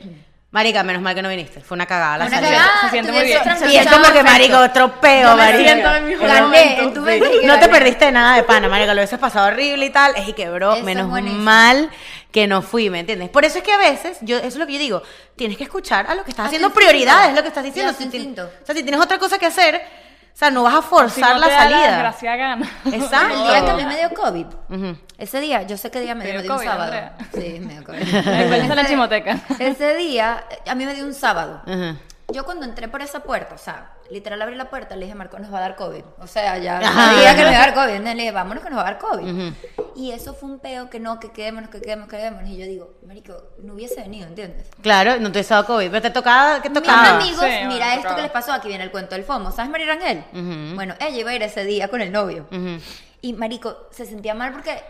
S1: marica, menos mal que no viniste. Fue una cagada la
S4: Una
S1: salida.
S4: cagada,
S3: Se siente muy
S4: estuviese
S3: bien.
S1: Y es
S4: tranquila,
S1: como que,
S4: perfecto.
S1: marico, otro peo,
S2: Yo me
S1: marico.
S2: siento en mi
S4: Gané,
S2: momento.
S4: tú ves que
S1: No te
S4: gané.
S1: perdiste nada de pana, marica, lo hubieses pasado horrible y tal, es y quebró,
S4: Eso es
S1: menos
S4: buenísimo.
S1: mal que no fui, ¿me entiendes? Por eso es que a veces, yo, eso es lo que yo digo, tienes que escuchar a lo que estás
S4: A tu
S1: haciendo,
S4: instinto.
S1: prioridades, lo que estás
S4: Y a
S1: diciendo.
S4: tu
S1: Si ti-
S4: instinto.
S1: o sea, si tienes otra cosa que hacer, o sea, no vas a forzar
S3: no
S1: la
S3: te da
S1: salida.
S3: desgracia gana.
S1: Exacto.
S4: El día que a mí me dio COVID,
S1: Ujú.
S4: ese día, yo sé qué día me dio,
S3: Te dio
S4: me dio un
S3: COVID,
S4: sábado.
S3: Andrea.
S4: Sí, me dio COVID.
S3: Igual está la
S4: Ese-
S3: chimoteca.
S4: Ese día, eh, a mí me dio un sábado.
S1: Ajá.
S4: Yo cuando entré por esa puerta, o sea, literal abrí la puerta, le dije, Marco, nos va a dar COVID. O sea, ya
S1: Ajá.
S4: sabía que me iba a dar COVID. Entonces le dije, vámonos que nos va a dar COVID. Y eso fue un peo que no, que quedémonos, que quedémonos, que quedémonos. Y yo digo, marico, no hubiese venido, ¿entiendes?
S1: Claro, no te he dado COVID, pero te tocaba, que
S4: Mis
S1: tocaba?
S4: amigos,
S3: Ah, Sí, bueno,
S4: mira esto
S3: tocaba.
S4: que les pasó, aquí viene el cuento del FOMO. ¿Sabes María Rangel?
S1: Ujú.
S4: Bueno, ella iba a ir ese día con el novio.
S1: Ujú.
S4: Y marico, se sentía mal porque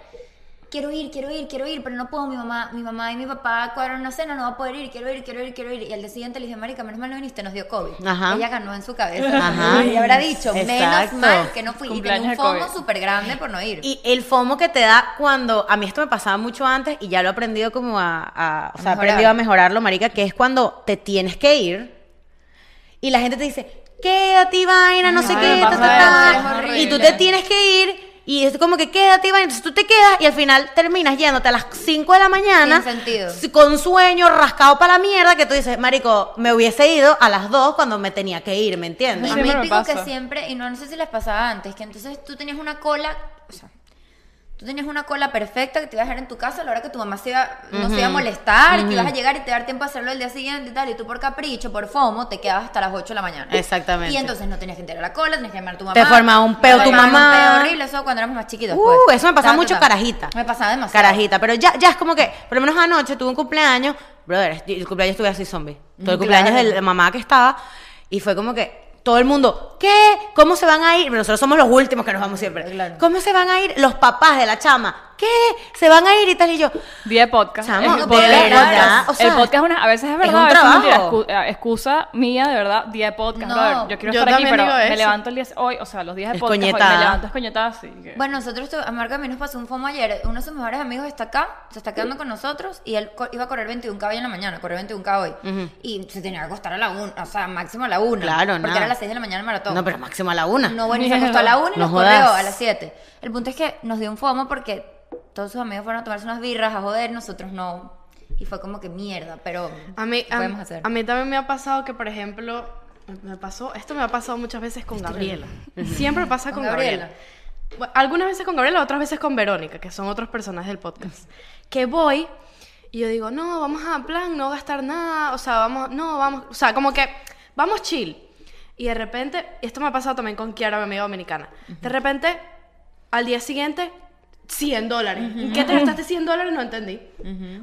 S4: quiero ir, quiero ir, quiero ir, pero no puedo. Mi mamá, mi mamá y mi papá cuadraron una cena, no va a poder ir, quiero ir, quiero ir, quiero ir. Y al día siguiente le dije, marica, menos mal no viniste, nos dio COVID.
S1: Ajá.
S4: Ella ganó en su cabeza.
S1: Ajá.
S4: Y habrá dicho, menos
S1: Exacto.
S4: mal que no fui. y
S3: Cumpleaños de
S4: tenía un FOMO
S3: COVID.
S4: súper grande por no ir.
S1: Y el FOMO que te da cuando, a mí esto me pasaba mucho antes y ya lo he aprendido como a, a- o sea, he
S4: Mejorar.
S1: aprendido a mejorarlo, marica, que es cuando te tienes que ir y la gente te dice, quédate y vaina, no
S3: Ay,
S1: sé
S3: me
S1: qué, ta,
S3: pasa
S1: ta,
S3: eso,
S1: ta".
S3: es horrible.
S1: y tú te tienes que ir y es como que quédate y vaina, entonces tú te quedas y al final terminas yéndote a las 5 de la mañana.
S4: Sin sentido.
S1: si- Con sueño, rascado para la mierda, que tú dices, marico, me hubiese ido a las 2 cuando me tenía que ir, ¿me entiendes?
S4: A
S3: Siempre
S4: mí
S3: me
S4: pico que
S3: pasa.
S4: siempre, y no, no sé si les pasaba antes, que entonces tú tenías una cola, o sea, tú tenías una cola perfecta que te iba a dejar en tu casa a la hora que tu mamá se iba, no se iba a molestar, y que ibas a llegar y te iba a dar tiempo a hacerlo el día siguiente y tal, y tú por capricho, por fomo, te quedabas hasta las 8 de la mañana.
S1: Exactamente.
S4: Y entonces no tenías que enterar la cola, tenías que llamar a tu mamá.
S1: Te formaba un peo
S4: Te
S1: tu
S4: formaba un
S1: mamá.
S4: peo horrible, eso cuando éramos más chiquitos.
S1: Uh,
S4: pues.
S1: eso me pasaba
S4: Ta, ta,
S1: mucho
S4: ta.
S1: carajita.
S4: Me pasaba demasiado.
S1: Carajita, pero ya, ya es como que, por lo menos anoche tuve un cumpleaños, brother, yo- el cumpleaños estuve así zombie. Todo el
S4: Mm,
S1: cumpleaños
S4: claro.
S1: de la mamá que estaba, y fue como que todo el mundo, ¿qué? ¿Cómo se van a ir? Pero Nosotros somos los últimos que nos vamos siempre.
S4: Claro.
S1: ¿Cómo se van a ir los papás de la chama? ¿Qué? ¿Se van a ir y tal? Y yo,
S3: Día de podcast.
S1: Chamo,
S3: El
S1: de
S3: podcast-
S1: verdad, o sea,
S3: el podcast una- a veces es
S1: un
S3: verdad, a veces es mentira.
S1: trabajo.
S3: Excu- eh, Excusa mía, de verdad, día de podcast.
S4: No,
S3: brother. yo quiero
S2: yo
S3: estar aquí,
S2: también
S3: pero
S2: digo
S3: me
S2: eso.
S3: levanto el día hoy, o sea, los días de podcast hoy
S1: Escoñetada.
S3: me levanto escoñetada, así que...
S4: Bueno, nosotros, tu- a Marco a mí nos pasó un FOMO ayer. Uno de sus mejores amigos está acá, se está quedando con nosotros y él co- iba a correr 21K hoy en la mañana, correr 21K hoy. Y se tenía que acostar a la una, o sea, máximo a la una.
S1: Claro,
S4: Porque
S1: nada.
S4: era a las 6 de la mañana el maratón.
S1: no, pero máximo a la una.
S4: No, bueno, y se acostó a la una y
S1: No
S4: nos corrió
S1: jodas.
S4: a las 7. El punto es que nos dio un FOMO porque todos sus amigos fueron a tomarse unas birras, a joder, nosotros no. Y fue como que mierda, pero
S2: A mí,
S4: ¿qué
S2: a,
S4: podemos hacer?
S2: a mí también me ha pasado que, por ejemplo, me pasó, esto me ha pasado muchas veces con Gabriela. Siempre pasa
S4: Con
S2: con,
S4: Gabriela.
S2: Gabriela. Bueno, algunas veces con Gabriela, otras veces con Verónica, que son otros personajes del podcast. Que voy y yo digo, no, vamos a plan, no gastar nada, o sea, vamos, no, vamos, o sea, como que vamos chill. Y de repente, y esto me ha pasado también con Kiara, mi amiga dominicana, de repente, al día siguiente, 100 dólares. ¿En qué te gastaste 100 dólares? No entendí.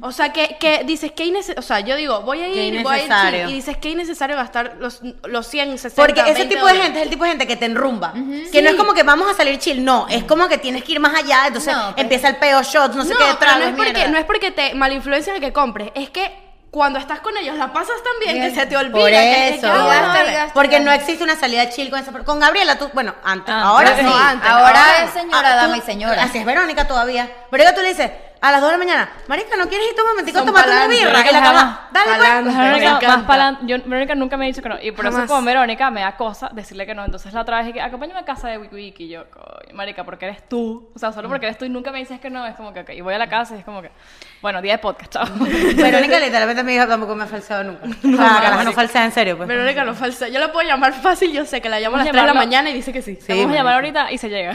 S2: O sea, que, que dices que innecesario, o sea, yo digo, voy a
S1: Qué
S2: ir, voy a ir chill,
S1: innecesario.
S2: y dices que innecesario gastar los, los 100, 60,
S1: Porque ese
S2: 20
S1: tipo de
S2: dólares.
S1: gente es el tipo de gente que te enrumba. Que no es como que vamos a salir chill, no. Es como que tienes que ir más allá. Entonces
S4: Mm. No, pues. pero-
S1: empieza el peo shots, no sé
S2: no,
S1: qué
S2: pero
S1: detrás.
S2: no es, porque, no es porque te malinfluencian el que compres, es que cuando estás con ellos la pasas tan bien,
S4: Bien.
S2: que se te olvida.
S1: Por
S2: que- que-
S1: eso.
S2: que-
S4: Gabriela,
S2: ah,
S4: Gabriela.
S1: Porque no existe una salida chill con esa per- Con Gabriela, tú, bueno, antes,
S3: Ah,
S1: ahora
S3: pero
S1: sí.
S2: no, antes,
S4: ahora
S2: ahora
S4: es señora,
S1: Ah, tú-
S4: dama y señora.
S1: Así es Verónica todavía. Verónica tú le dices, a las 2 de la mañana, Marica, ¿no quieres ir tú un momentico a
S2: Son
S1: tomarte una
S2: palantes,
S1: birra?
S2: marica,
S1: En la cama,
S2: jamás.
S1: dale pues.
S2: Palantes. Me
S3: Verónica,
S2: encanta.
S3: más pa'lan- yo- Verónica nunca me ha dicho que no. Y por
S2: Jamás.
S3: eso con Verónica me da cosa decirle que no. Entonces la otra vez dije, acompáñame a casa de Wiki Wiki. Y yo, "Coño, marica, porque eres tú. O sea, solo porque eres tú y nunca me dices que no. Es como que, ok. Y voy a la casa y es como que, bueno, día de podcast, chao.
S1: Verónica literalmente me dijo tampoco me ha falseado nunca. o sea, que las no falsea en serio, pues.
S2: Verónica no falsa. Yo la puedo llamar fácil, yo sé que la llamo a las
S3: Vamos a
S2: 3 de la
S3: llamarlo-
S2: mañana y dice que sí.
S1: Sí,
S3: Vamos a llamar
S1: marica.
S3: ahorita y se llega.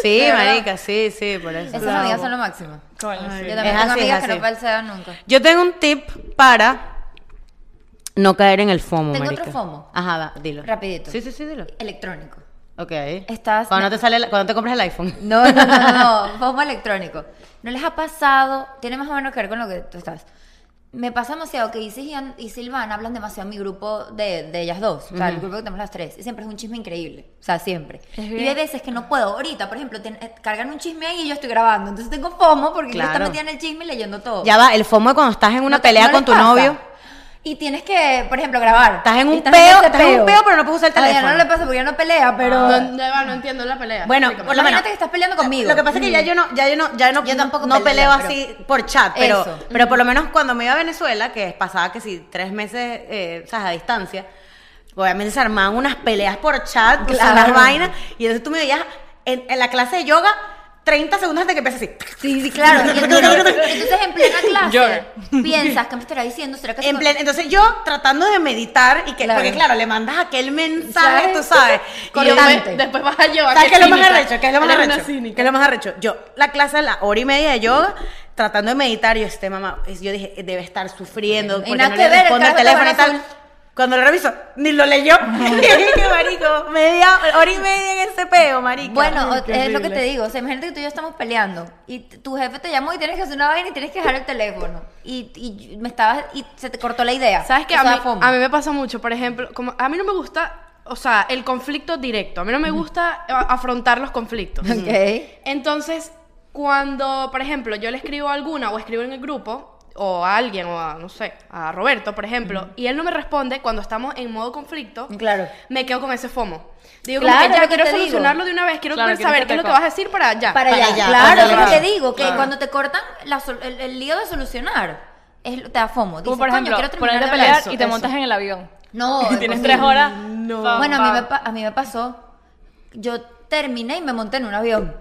S1: Sí,
S4: De verdad.
S1: Marica, sí, sí, por eso.
S4: Esas amigas son lo máximo.
S3: Coño,
S2: Ay,
S3: sí.
S4: Yo también
S1: Es
S4: tengo
S1: así, es
S4: amigas que
S1: así.
S4: no falsean nunca.
S1: Yo tengo un tip para no caer en el FOMO,
S4: Tengo
S1: marica.
S4: otro FOMO.
S1: Ajá, va, dilo.
S4: Rapidito.
S1: Sí, sí, sí, dilo.
S4: Electrónico.
S1: Ok.
S4: Estás-
S1: Cuando te sale, la- cuando te compras el iPhone.
S4: No, no, no, no, no, FOMO electrónico. ¿No les ha pasado? Tiene más o menos que ver con lo que tú estás. Me pasa demasiado que Isis y, An- y Silvana hablan demasiado en mi grupo de, de ellas dos, o sea, el grupo que tenemos las tres. Y siempre es un chisme increíble, o sea, siempre. Y hay veces que no puedo, ahorita, por ejemplo, ten- eh, cargan un chisme ahí y yo estoy grabando. Entonces tengo FOMO porque yo
S1: Claro.
S4: estoy metida en el chisme y leyendo todo.
S1: Ya va, el FOMO de cuando estás en una
S4: ¿No te-
S1: pelea
S4: no
S1: con
S4: les
S1: tu
S4: pasa?
S1: novio.
S4: Y tienes que, por ejemplo, grabar.
S1: Estás en
S4: Y
S1: un
S4: ese
S1: peo, estás en un peo, pero no puedes usar el
S4: Ah, ya
S1: teléfono. Ah.
S4: no le pasa porque ya no pelea, pero...
S2: No, no, Eva, no entiendo la pelea.
S1: Bueno,
S2: Explícame.
S1: por lo menos.
S4: Imagínate que estás peleando conmigo.
S1: Lo que pasa es que ya yo no, ya yo no, ya no,
S4: Yo tampoco
S1: no peleo
S4: peleo, pero-
S1: así por chat, pero,
S4: Eso.
S1: pero por lo menos cuando me iba a Venezuela, que pasaba que si tres meses, eh, o sea, a distancia, obviamente se armaban unas peleas por chat, o sea,
S4: Claro.
S1: unas vainas, y entonces tú me veías en, en la clase de yoga 30 segundos antes que empiece así.
S4: Sí, sí, claro. Y entonces, entonces en plena clase
S3: Llora.
S4: piensas, ¿qué me estará diciendo? ¿Será que se
S1: En
S4: con-
S1: plan, entonces yo tratando de meditar y que,
S4: Claro.
S1: porque claro, le mandas aquel mensaje,
S4: ¿Sabes?
S1: tú sabes,
S2: Y
S1: y yo me-
S4: Cortante.
S2: después, después vas a llevar.
S1: ¿Sabes qué es lo más
S2: cínica.
S1: arrecho? ¿Qué es lo más
S2: Eres una
S1: arrecho?
S2: cínica.
S1: ¿Qué es lo más arrecho? Yo, la clase, la hora y media de yoga, tratando de meditar, yo este mamá, es- yo dije, debe estar sufriendo,
S4: Y
S1: porque
S4: nada
S1: no
S4: que
S1: le
S4: ver, el
S1: responde el
S4: carajo estaba
S1: teléfono y
S4: en
S1: tal.
S4: azul.
S1: Cuando lo reviso, ni lo leyó. ¡Qué marico! Media, hora y media en ese peo, marico.
S4: Bueno, o- es lo que te digo. O sea, imagínate que tú y yo estamos peleando y t- tu jefe te llamó y tienes que hacer una vaina y tienes que dejar el teléfono. Y, y me estabas y se te cortó la idea.
S2: ¿Sabes qué?
S4: O
S2: A
S4: sea,
S2: mí,
S4: FOMO.
S2: a mí me pasa mucho, por ejemplo, como a mí no me gusta, o sea, el conflicto directo. A mí no me gusta a- afrontar los conflictos.
S4: Ok.
S2: Entonces, cuando, por ejemplo, yo le escribo a alguna o escribo en el grupo, o a alguien, o a, no sé, a Roberto, por ejemplo, y él no me responde cuando estamos en modo conflicto,
S4: Claro.
S2: me quedo con ese fomo. Digo,
S4: Claro,
S2: como que
S4: es
S2: ya
S4: lo que
S2: quiero
S4: te digo.
S2: solucionarlo de una vez, quiero
S3: Claro, quiero
S2: saber
S3: que
S2: qué es lo
S3: te
S2: que vas a decir para allá.
S4: Para,
S1: Para
S4: allá.
S1: allá,
S4: Claro,
S1: para
S4: es lo
S1: allá.
S4: que digo. Que
S2: Claro.
S4: cuando te cortan la sol- el, el lío de solucionar, es, te da FOMO. Dices,
S3: Tú, por
S4: "Coño,
S3: ejemplo,
S4: quiero terminar
S3: ponerte a
S4: de hablar".
S3: pelear
S4: Eso,
S3: y te
S4: eso.
S3: montas en el avión.
S4: No,
S3: Y tienes
S4: imposible.
S3: tres horas.
S2: No.
S3: pam,
S4: Bueno, a mí,
S3: pam.
S4: me pa- a mí me pasó. Yo terminé y me monté en un avión.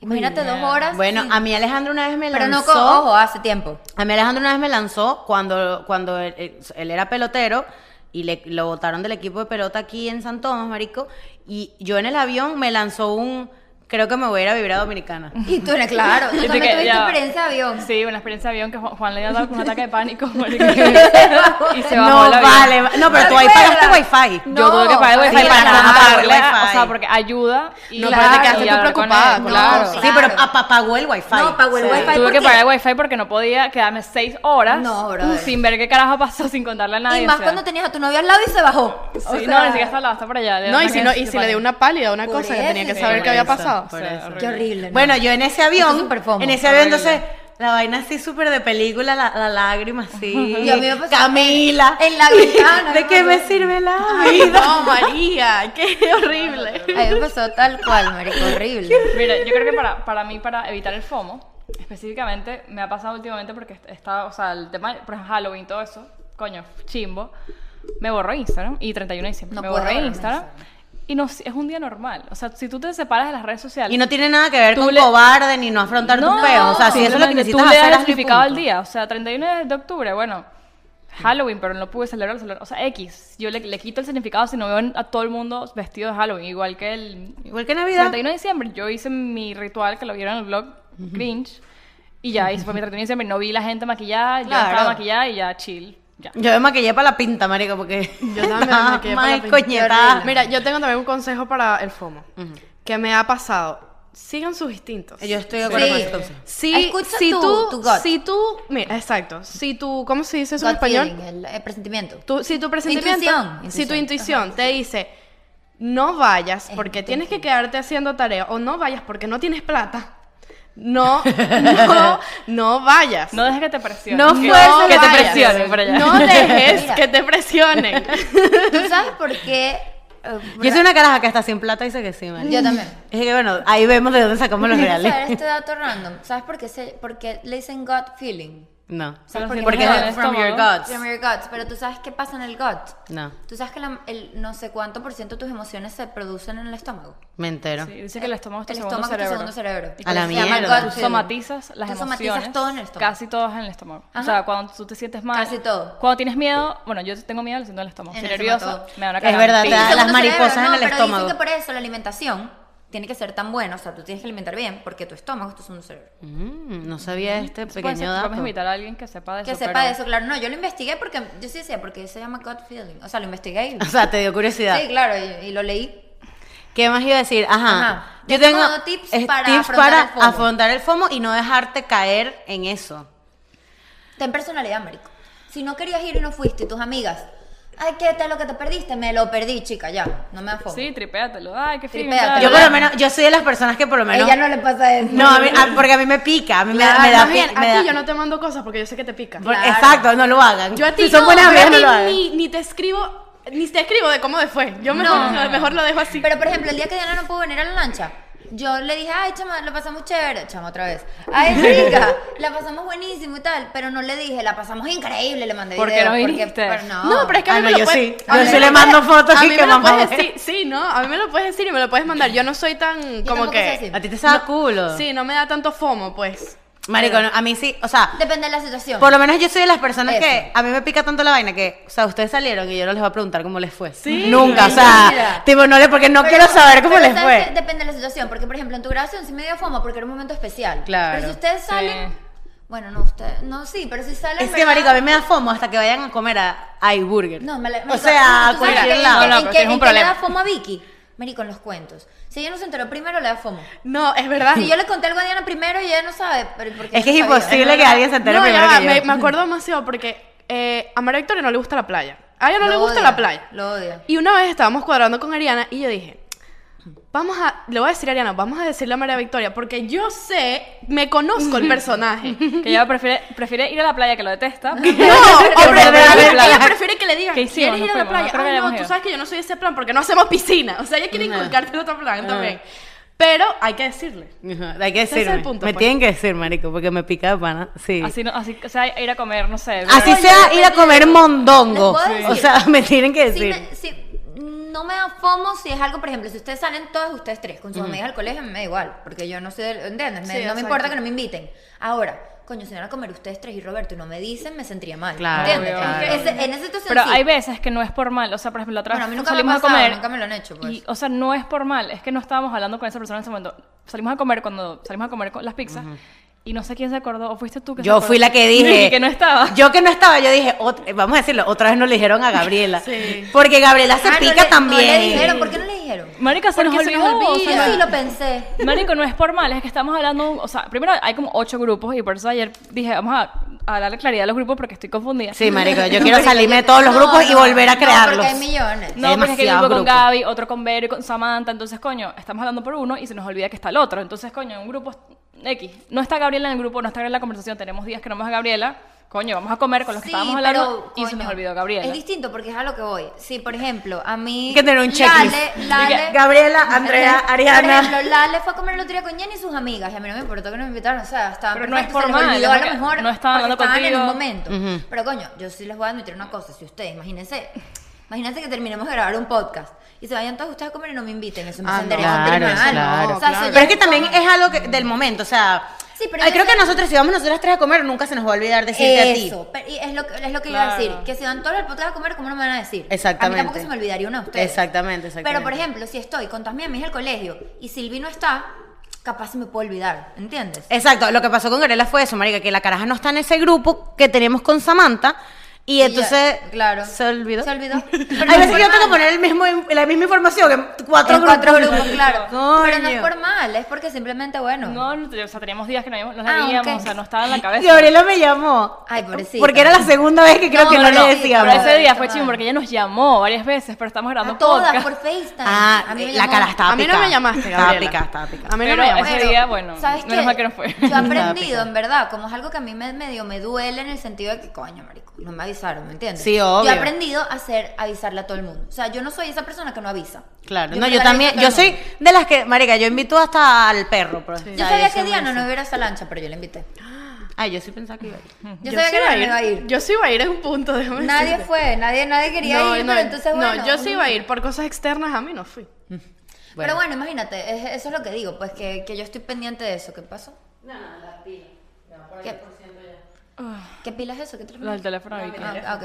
S4: Imagínate dos horas.
S1: Bueno,
S4: sin-
S1: a mí Alejandro una vez me
S4: Pero no,
S1: lanzó...
S4: con, ojo, hace tiempo.
S1: A mí Alejandro una vez me lanzó cuando, cuando él, él- él era pelotero y le, lo botaron del equipo de pelota aquí en San Tomás, marico. Y yo en el avión me lanzó un... Creo que me voy a ir a vivir a Dominicana.
S4: Y tú eres claro. Tú
S3: Y tú
S4: también
S3: que,
S4: tuviste
S3: ya va.
S4: experiencia de avión.
S3: Sí, una experiencia de avión que Juan, Juan le da un ataque de pánico. marica. y se bajó
S1: No,
S3: del avión.
S1: vale. va- No, pero tú ahí pagaste wifi.
S3: Yo tuve que pagar
S4: No,
S3: el wifi
S4: sí,
S3: para
S4: claro,
S3: pagarle,
S1: wifi.
S3: o sea, porque ayuda y
S2: No,
S3: no,
S2: pero te quedaste tú preocupada,
S4: claro.
S1: Sí, pero apagó el wifi.
S4: No, pagó el
S1: Sí.
S4: wifi.
S3: Tuve
S4: porque-
S3: que pagar el wifi porque no podía quedarme seis horas
S4: No, brother.
S3: sin ver qué carajo pasó, sin contarle a nadie.
S4: Y
S3: o
S4: más
S3: sea.
S4: cuando tenías a tu novio al lado y se bajó.
S3: Sí,
S4: O sea,
S3: no, ni siquiera estaba hasta por allá. le da
S2: No, y
S3: una
S2: si,
S3: que-
S2: no, y si le dio una pálida o una
S4: Por
S2: cosa, yo tenía que
S4: eso.
S2: saber
S1: Por
S2: qué había
S1: eso,
S2: pasado.
S1: por
S3: O sea,
S1: eso.
S4: Qué horrible. ¿no?
S1: Bueno, yo en ese
S4: Eso es
S1: avión,
S4: súper fomo.
S1: en ese avión, entonces, la vaina así súper de película, la, la lágrima así.
S4: Y a mí me pasó
S1: Camila.
S4: en- en la ventana,
S1: ¿De
S4: me
S1: qué me
S4: pasó.
S1: sirve la
S2: Ay,
S1: vida?
S2: no, María, qué horrible.
S4: A mí me pasó tal cual, marico, horrible.
S3: Mira, yo creo que para, para mí, para evitar el FOMO, específicamente, me ha pasado últimamente porque está, o sea, el tema, por ejemplo, Halloween, todo eso, coño, chimbo. Me borró Instagram y 31 de diciembre.
S4: No
S3: me
S4: puedo
S3: borré
S4: borrarme
S3: Instagram. Y no, es un día normal. O sea, si tú te separas de las redes sociales.
S1: Y no tiene nada que ver
S3: Tú
S1: con
S3: le-
S1: cobarde ni no afrontar tu peo. O sea, si eso es lo que
S3: simplemente
S1: necesitas
S3: tú le
S1: hacer,
S3: das
S1: hazlo y
S3: significado al
S1: punto.
S3: día. O sea, 31 de octubre, bueno, Halloween, pero no pude celebrar, celebrar- O sea, X. Yo le, le quito el significado si no veo a todo el mundo vestido de Halloween. Igual que el
S1: Igual que Navidad.
S3: 31 de diciembre, yo hice mi ritual que lo vieron en el blog, Grinch. Y ya, y se fue mi 31 de diciembre. No vi la gente maquillada, yo
S4: Claro.
S3: estaba maquillada y ya, chill. Ya.
S1: Yo me maquillé para la pinta, marico, porque...
S2: Yo también me
S3: Ah,
S2: maquillé para la pinta.
S1: coñetada.
S2: Mira, yo tengo también un consejo para el FOMO que me ha pasado. Sigan sus instintos.
S1: Yo estoy de acuerdo
S4: Sí.
S1: con esto. sí.
S2: Si,
S4: Escucha
S2: si
S4: tu-
S2: tú,
S4: tu gut.
S2: si tú, mira, exacto, si tú, ¿cómo se dice eso en
S4: Gut
S2: español?
S4: feeling, el, el presentimiento.
S2: Tu- si tu presentimiento,
S4: Intuición,
S2: si tu
S4: intuición,
S2: intuición te dice no vayas
S4: Es
S2: porque
S4: intuición.
S2: tienes que quedarte haciendo tarea o no vayas porque no tienes plata, no, no, no vayas.
S3: No dejes que te presionen.
S2: No
S3: que,
S2: fuerces
S3: que te
S2: vayas.
S3: presionen para allá.
S2: No dejes
S4: Mira.
S2: que te presionen.
S4: ¿Tú sabes por qué eh,
S1: Yo soy una caraja que hasta sin plata dice que sí, man.
S4: Yo también.
S1: Es que bueno, ahí vemos de dónde sacamos los
S4: ¿Quieres
S1: reales.
S4: saber este dato random? ¿Sabes por qué, se, por qué le dicen gut feeling?
S1: No.
S4: ¿Sabes
S3: Pero
S4: por qué?
S3: sí,
S1: Ah, Porque
S3: no,
S1: es
S3: el
S1: from your
S3: estómago.
S1: guts.
S4: From your guts. Pero tú sabes qué pasa en el gut.
S1: No,
S4: Tú sabes que la- el no sé cuánto por ciento de tus emociones se producen en el estómago.
S1: me entero.
S3: Sí, dice que el estómago es tu
S4: el
S3: segundo
S4: estómago
S3: cerebro.
S4: es tu segundo cerebro.
S3: Y
S1: A la
S4: Se llama
S1: mierda.
S4: gut
S3: Tú
S1: Sí.
S4: feeling.
S3: somatizas las
S4: Tú
S3: emociones.
S4: somatizas todo en el estómago.
S3: Casi todas en el estómago.
S4: Ajá.
S3: O sea, cuando tú te sientes mal.
S4: Casi todo.
S3: Cuando tienes miedo, bueno, yo tengo miedo, lo siento en el estómago.
S4: En
S3: Estoy
S4: el
S3: nerviosa,
S4: estómago.
S3: me da una
S1: Es
S3: cagada.
S1: verdad,
S3: Sí.
S1: te da-
S4: segundo
S1: las mariposas en el
S4: pero
S1: estómago.
S4: Dicen que por eso la alimentación tiene que ser tan buena. O sea, tú tienes que alimentar bien porque tu estómago es tu segundo cerebro.
S1: Mm, no sabía este
S3: Puede ser
S1: pequeño
S3: que
S1: dato.
S3: Vamos a invitar a alguien que sepa de eso.
S4: Que sepa
S3: pero-
S4: de eso, claro. No, yo lo investigué porque yo sí decía, porque se llama gut feeling. O sea, lo investigué y.
S1: O sea, te dio curiosidad.
S4: Sí, claro, y, y lo leí.
S1: ¿Qué más iba a decir? Ajá.
S4: Ajá.
S1: Yo
S4: Tengo
S1: tengo
S4: tips
S1: es-
S4: para
S1: tips
S4: afrontar
S1: para
S4: el FOMO.
S1: afrontar el FOMO y no dejarte caer en eso.
S4: Ten personalidad, marico. Si no querías ir y no fuiste, y tus amigas. Ay, ¿qué tal lo que te perdiste? Me lo perdí, chica, ya. No me afogo.
S3: Sí, tripéatelo. Ay, qué fin.
S4: Tripéatelo.
S1: Yo por
S4: Claro.
S1: lo menos, yo soy de las personas que por lo
S4: A
S1: menos...
S4: ella no le pasa eso.
S1: No, a mí- ah, a- porque a mí me pica, a mí me da- me, da...
S2: más bien,
S1: pi-
S2: a
S1: me
S2: ti
S1: da-
S2: yo no te mando cosas porque yo sé que te pica.
S1: por-
S4: Claro.
S1: Exacto, no lo hagan.
S2: Yo a ti
S1: Si son
S2: no,
S1: buenas
S2: yo a
S1: amigas,
S2: ti
S1: no lo hagan.
S2: ni, ni te escribo, ni te escribo de cómo te fue. Yo mejor, mejor lo dejo así.
S4: Pero por ejemplo, el día que Diana no pudo venir a la lancha, yo le dije, ay, chama, la pasamos chévere. Chama, otra vez. Ay, rica, la pasamos buenísimo y tal. Pero no le dije, la pasamos increíble, le mandé
S3: ¿Por qué
S4: video.
S3: no
S4: porque-
S3: viniste?
S4: pero no.
S2: No, pero es que a
S1: Ah,
S2: mí
S1: no,
S2: me lo
S1: yo
S2: puede-
S1: sí.
S2: a
S1: Yo
S2: mí
S1: sí
S2: me
S1: le
S2: lo
S1: mando
S2: puede-
S1: fotos
S2: a
S1: y
S2: mí
S1: que
S2: me lo
S1: mamá
S2: puedes
S1: ve.
S2: decir, sí, no, a mí me lo puedes decir y me lo puedes mandar. Yo no soy tan
S4: Yo
S2: como
S4: tampoco
S2: que
S4: soy así.
S1: A ti te saca
S2: No,
S1: culo.
S2: Sí, no me da tanto fomo, pues.
S1: Marico, no, a mí sí, o sea,
S4: Depende de la situación.
S1: por lo menos yo soy de las personas
S4: Eso.
S1: que a mí me pica tanto la vaina que, o sea, ustedes salieron y yo no les voy a preguntar cómo les fue.
S2: Sí.
S1: Nunca, o sea,
S4: Mira.
S1: tipo, no le, porque no
S4: Pero-
S1: quiero saber cómo
S4: pero
S1: les
S4: ¿sabes
S1: fue.
S4: qué? Depende de la situación, porque por ejemplo en tu grabación sí me dio fama porque era un momento especial.
S1: Claro.
S4: Pero si ustedes
S3: Sí.
S4: salen, bueno, no ustedes, no sí, pero si salen.
S1: Es que,
S4: ¿verdad?
S1: marico, a mí me da fomo hasta que vayan a comer a iBurger.
S4: No, me la-
S1: O
S4: marico,
S1: sea, a
S4: ¿tú sabes
S1: cualquier
S4: en-
S1: lado.
S4: en-
S3: No, no,
S4: en
S3: pero
S4: qué-
S3: tienes un
S4: en qué le
S3: problema.
S4: da fama a Vicky? Marico, en los cuentos. Si ella no se enteró primero, le da fama.
S2: No, es verdad.
S4: Si yo le conté algo a Diana primero y ella no sabe, pero porque
S1: Ah. Es que es imposible que
S2: verdad.
S1: alguien se entere
S2: No, ya
S1: primero
S2: va,
S1: que
S2: me,
S1: yo.
S2: me acuerdo demasiado porque eh, a María Victoria no le gusta la playa. A ella no le gusta la playa.
S4: Lo odia.
S2: Y una vez estábamos cuadrando con Ariana y yo dije, vamos a, le voy a decir a Ariana, vamos a decirle a María Victoria, porque yo sé, me conozco el personaje.
S3: Que ella prefiere, prefiere ir a la playa que lo detesta.
S2: No, hombre, pero
S3: Pero no
S2: ella,
S3: hay plan.
S2: ella prefiere que le digan,
S3: ¿Qué hicimos?
S2: ¿quieres ir a
S3: Nos
S2: la
S3: fuimos,
S2: playa?
S3: no creo que
S2: "Ay, no,
S3: hayamos
S2: tú
S3: ido".
S2: sabes que yo no soy de ese plan porque no hacemos piscina. O sea, ella quiere
S1: Ajá.
S2: inculcarte otro plan
S1: Ajá.
S2: también. Pero hay que decirle.
S1: Ajá, Hay que
S2: Ese es el
S1: decirme.
S2: punto,
S1: me
S2: pues.
S1: tienen que decir, marico, porque me pica de pana. Sí. Así,
S3: Así, no, así, o sea, ir a comer, no sé.
S4: Oye,
S1: sea ir a
S4: depende
S1: comer
S4: de-
S1: mondongo.
S4: ¿Les puedo decir?
S1: O sea, me tienen que
S4: Si
S1: decir.
S4: me- si- no me da fomo si es algo, por ejemplo, si ustedes salen todas ustedes tres con sus amigas al colegio, me da igual, porque yo no sé, ¿entiendes? Me-
S2: Sí,
S4: no
S2: exacto.
S4: me importa que no me inviten. Ahora, coño, si van a comer ustedes tres y Roberto y no me dicen, me sentiría mal.
S1: Claro,
S4: ¿Entiendes?
S1: obvio.
S4: Ese- en esa situación
S3: Pero
S4: sí.
S3: hay veces que no es por mal. O sea, por ejemplo, la otra
S4: Bueno, a mí
S3: vez
S4: nunca me ha
S3: salimos
S4: pasado,
S3: a comer.
S4: nunca me lo han hecho, pues.
S3: y, oh, o sea, no es por mal. Es que no estábamos hablando con esa persona en ese momento. Salimos a comer cuando salimos a comer con las pizzas. Y no sé quién se acordó. O fuiste tú que se
S1: Yo
S3: acordó.
S1: fui la que dije.
S3: Y que no estaba.
S1: Yo que no estaba, yo dije, ot- vamos a decirlo, otra vez no le dijeron a Gabriela.
S2: Sí.
S1: Porque Gabriela se
S4: Ah, no
S1: pica
S4: le- no
S1: también.
S4: le dijeron, ¿por qué no le dijeron?
S3: Marica, se nos
S2: Porque se
S3: olvidó.
S2: nos
S3: o
S2: olvida.
S3: sea,
S4: Yo sí lo pensé.
S3: Marico, no es por mal, es que estamos hablando, o sea, primero hay como ocho grupos y por eso ayer dije, vamos a, a darle claridad a los grupos porque estoy confundida.
S1: Sí, marico, yo quiero salirme de todos los
S4: No,
S1: grupos y
S4: no,
S1: volver a
S4: no,
S1: crearlos.
S4: porque hay millones.
S3: No, porque es que hay un
S1: demasiados
S3: grupo con
S1: grupos.
S3: Gaby, otro con Vero y con Samantha, entonces, coño, estamos hablando por uno y se nos olvida que está el otro. Entonces, coño, un grupo X. No está Gabriela en el grupo, no está Gabriela en la conversación, tenemos días que no vemos a Gabriela. Coño, vamos a comer con los que estábamos hablando y se
S4: coño,
S3: nos olvidó Gabriela.
S4: Es distinto porque es a lo que voy. Sí, por ejemplo, a mí.
S1: Hay que tener un checklist.
S4: Lale, Lale-
S1: Gabriela, Andrea, Ariana.
S4: Por ejemplo, Lale fue a comer el otro día con Jenny y sus amigas. Y a mí no me importó que no me invitaron. O sea, estaban
S3: Pero no es
S4: perfectos, se les
S3: formal, es
S4: olvidó a lo
S3: porque
S4: mejor.
S3: no estaban
S4: porque
S3: hablando
S4: estaban en un momento.
S3: contigo.
S4: Pero coño, yo sí les voy a admitir una cosa. Si ustedes, imagínense. Imagínense que terminemos de grabar un podcast y se vayan todos ustedes a comer y no me inviten. Eso me
S2: Ah,
S4: sentiría
S1: no.
S4: súper
S1: Claro,
S4: mal.
S1: claro.
S4: O sea, eso
S2: Claro.
S4: ya
S1: Pero es que también
S4: como-
S1: es algo que- del momento, o sea.
S4: Sí, pero
S1: ay,
S4: yo
S1: creo
S4: sé-
S1: que nosotros, si vamos nosotras tres a comer, nunca se nos va a olvidar decirte a ti.
S4: Eso, pero- y es lo que, es lo que iba a
S3: Claro.
S4: decir, que si van todos al podcast a comer, ¿cómo no me van a decir?
S1: Exactamente.
S4: A mí tampoco se me olvidaría una de ustedes.
S1: Exactamente, exactamente.
S4: Pero, por ejemplo, si estoy con todas mis amigas del colegio y Silvi no está, capaz se me puede olvidar, ¿entiendes?
S1: Exacto, lo que pasó con Gabriela fue eso, marica, que la caraja no está en ese grupo que tenemos con Samantha. Y
S4: ya,
S1: entonces
S4: claro.
S1: se olvidó.
S4: Se olvidó. Pero
S1: Hay
S4: no
S1: veces que yo
S4: es
S1: tengo que
S4: formal.
S1: poner el mismo, la misma información en cuatro
S4: En
S1: grupos.
S4: cuatro grupos, claro. Pero no es
S1: Coño.
S4: por mal, es porque simplemente, bueno.
S3: No, no, o sea, teníamos días que no nos
S4: Ah,
S3: la veíamos, o
S4: ok.
S3: sea, no estaba en la cabeza.
S1: Gabriela me llamó.
S4: Ay, pobrecita.
S1: Porque era la segunda vez que creo
S4: No,
S1: que no,
S4: no, no,
S1: le
S4: sí,
S1: decíamos.
S3: Pero ese día fue
S4: Ay,
S3: chimo
S4: madre.
S3: porque ella nos llamó varias veces, pero estamos grabando
S4: A todas
S3: podcast.
S4: por FaceTime.
S1: Ah,
S4: A mí me
S1: la
S4: llamó-
S1: cara estaba
S2: a mí no
S1: picada.
S2: me llamaste,
S1: Estaba
S2: Gabriela.
S1: picada, estaba picada.
S2: A mí no
S3: Pero
S2: me llamaste.
S3: ese día, bueno, menos mal que no fue.
S4: Yo he
S1: Estaba
S4: aprendido,
S1: picada.
S4: en verdad, como es algo que a mí me- medio me duele en el sentido de que, coño, marico, no me avisaron, ¿me entiendes?
S1: Sí,
S4: Yo
S1: obvio.
S4: he aprendido a hacer avisarle a todo el mundo. O sea, yo no soy esa persona que no avisa.
S1: Claro,
S4: Yo
S1: no,
S4: me
S1: yo
S4: la aviso a
S1: también,
S4: todo
S1: yo
S4: el
S1: soy
S4: mundo.
S1: de las que, marica, yo invito hasta al perro, pues. pero-
S4: Yo
S1: Ay,
S4: sabía
S1: eso
S4: que
S1: me
S4: Diana
S1: hace-
S4: no iba a ir a esa lancha, pero yo la invité.
S1: Ay, yo sí pensaba que iba a ir.
S4: Yo, sabía
S2: sí
S4: que
S2: iba
S4: Diana no iba a ir.
S2: Yo sí iba a ir en un punto, déjame
S4: Nadie
S2: decirte.
S4: fue, nadie, nadie quería
S2: No,
S4: ir,
S2: no,
S4: pero entonces bueno.
S2: no, yo sí iba a ir por cosas externas, a mí no fui.
S4: Pero bueno, imagínate, es- eso es lo que digo, pues que, que yo estoy pendiente de eso. ¿Qué pasó? No, no, las pilas. ¿Qué, ¿Qué pilas es eso? ¿Qué
S3: La del teléfono de Vicky.
S4: Ah, ah, ok.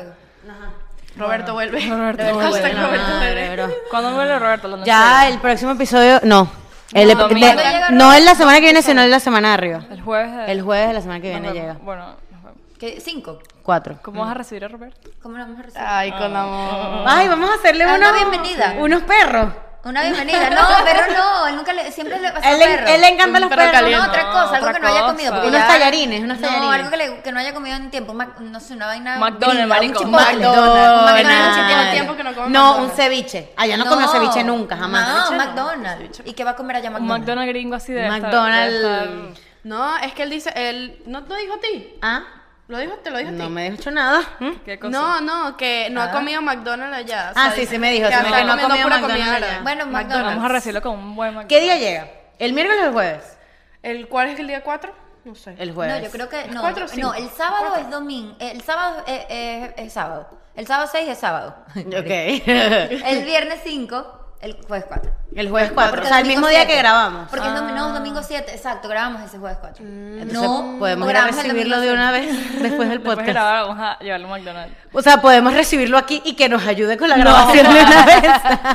S2: Roberto vuelve.
S3: Roberto
S2: Hashtag
S3: vuelve.
S2: Roberto
S1: Madre,
S2: vuelve.
S1: bro.
S3: ¿Cuándo vuelve Roberto? ¿La noche
S1: Ya
S3: de-
S1: el próximo episodio, no. El,
S3: No,
S1: ep-
S3: domingo.
S1: de-
S4: ¿Cuándo llega
S1: no es la
S4: Roberto?
S1: semana que viene, sino es la semana de arriba.
S3: el jueves. de-
S1: El jueves de la semana que
S3: nos
S1: viene
S3: vemos.
S1: llega.
S3: Bueno, nos vemos.
S4: ¿Qué? ¿Cinco?
S1: Cuatro.
S3: ¿cómo vas a recibir a Roberto?
S4: ¿Cómo lo vamos a recibir?
S2: Ay, con
S1: Ah.
S2: amor.
S1: Ay, vamos a hacerle
S4: Ah,
S1: unos,
S4: no, bienvenida.
S1: unos perros.
S4: Una bienvenida. No, perro no. Él nunca le, siempre le pasa
S1: Él,
S4: perro.
S1: le- él le encantan
S2: Un
S1: los
S2: perro
S1: perros.
S2: caliente.
S4: No, otra
S3: No,
S4: cosa, algo
S3: otra
S4: que no haya
S3: cosa.
S4: comido. porque
S1: Unos
S4: ya-
S1: tallarines, unos
S4: No,
S1: tallarines.
S4: algo que, le- que no haya comido en tiempo. un Mac- no sé, una vaina.
S3: McDonald's,
S4: gringa,
S3: marico.
S4: Un chipotle.
S1: McDonald's.
S4: Un
S2: McDonald's.
S4: chipotle.
S2: Tiene tiempo que no come
S1: No, un
S2: McDonald's.
S1: ceviche. Allá no, comió ceviche nunca, jamás.
S4: No, McDonald's. ¿Y qué va a comer allá
S3: Un
S4: McDonald's?
S3: McDonald's gringo así de esta-
S1: McDonald's.
S3: de esta-
S2: No, es que él dice, él no te dijo a ti.
S1: ¿Ah?
S2: Lo dijo, te lo dijo a ti.
S1: No me dicho nada. ¿Mm?
S3: ¿Qué cosa?
S2: No, no, que no ha comido McDonald's allá.
S1: Ah, sí,
S2: dice
S1: sí me dijo, sí me
S2: está
S1: dijo que no ha
S2: comiendo
S1: comido
S2: pura
S1: McDonald's
S2: comida
S1: allá.
S2: árabe.
S4: Bueno, McDonald's.
S3: Vamos a recibirlo con un buen
S1: ¿Qué día llega? ¿El miércoles o el jueves?
S2: ¿El cuál es el día 4? No sé.
S1: El
S4: No,
S1: jueves.
S4: yo creo que no.
S2: ¿Cuatro o cinco?
S4: No, el sábado es domingo. El sábado es, es- es sábado. El sábado 6 es sábado.
S1: Ok.
S4: El viernes 5, el jueves 4.
S1: el jueves 4. O sea, el mismo día que grabamos. Ah.
S4: Porque es domingo, no, domingo 7, exacto, grabamos ese jueves 4.
S1: Entonces, podemos ir a
S4: grabamos el
S1: recibirlo de
S4: domingo
S1: una
S4: siete.
S1: vez después del
S3: Después de
S1: podcast.
S3: grabar, vamos a llevarlo a McDonald's.
S1: O sea, podemos recibirlo aquí y que nos ayude con la
S3: No.
S1: grabación de una vez.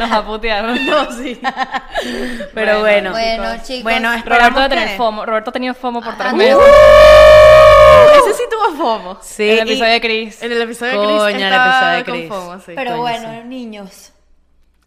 S3: Nos va a putear.
S1: No, sí. Pero bueno.
S3: Bueno,
S4: Bueno, chicos.
S1: Bueno,
S3: Roberto va a
S1: esperamos
S3: tener
S1: que-
S3: FOMO. Roberto ha tenido FOMO por tres
S4: Ah,
S3: meses.
S2: Ese sí tuvo FOMO.
S1: Sí.
S3: en el
S1: y-
S3: episodio de Chris.
S2: ¡Uh! En el episodio de
S1: Coño,
S2: Chris
S1: el
S2: estaba
S1: episodio de
S2: con
S1: Chris.
S2: FOMO, sí.
S4: Pero
S1: Coño,
S4: bueno, niños.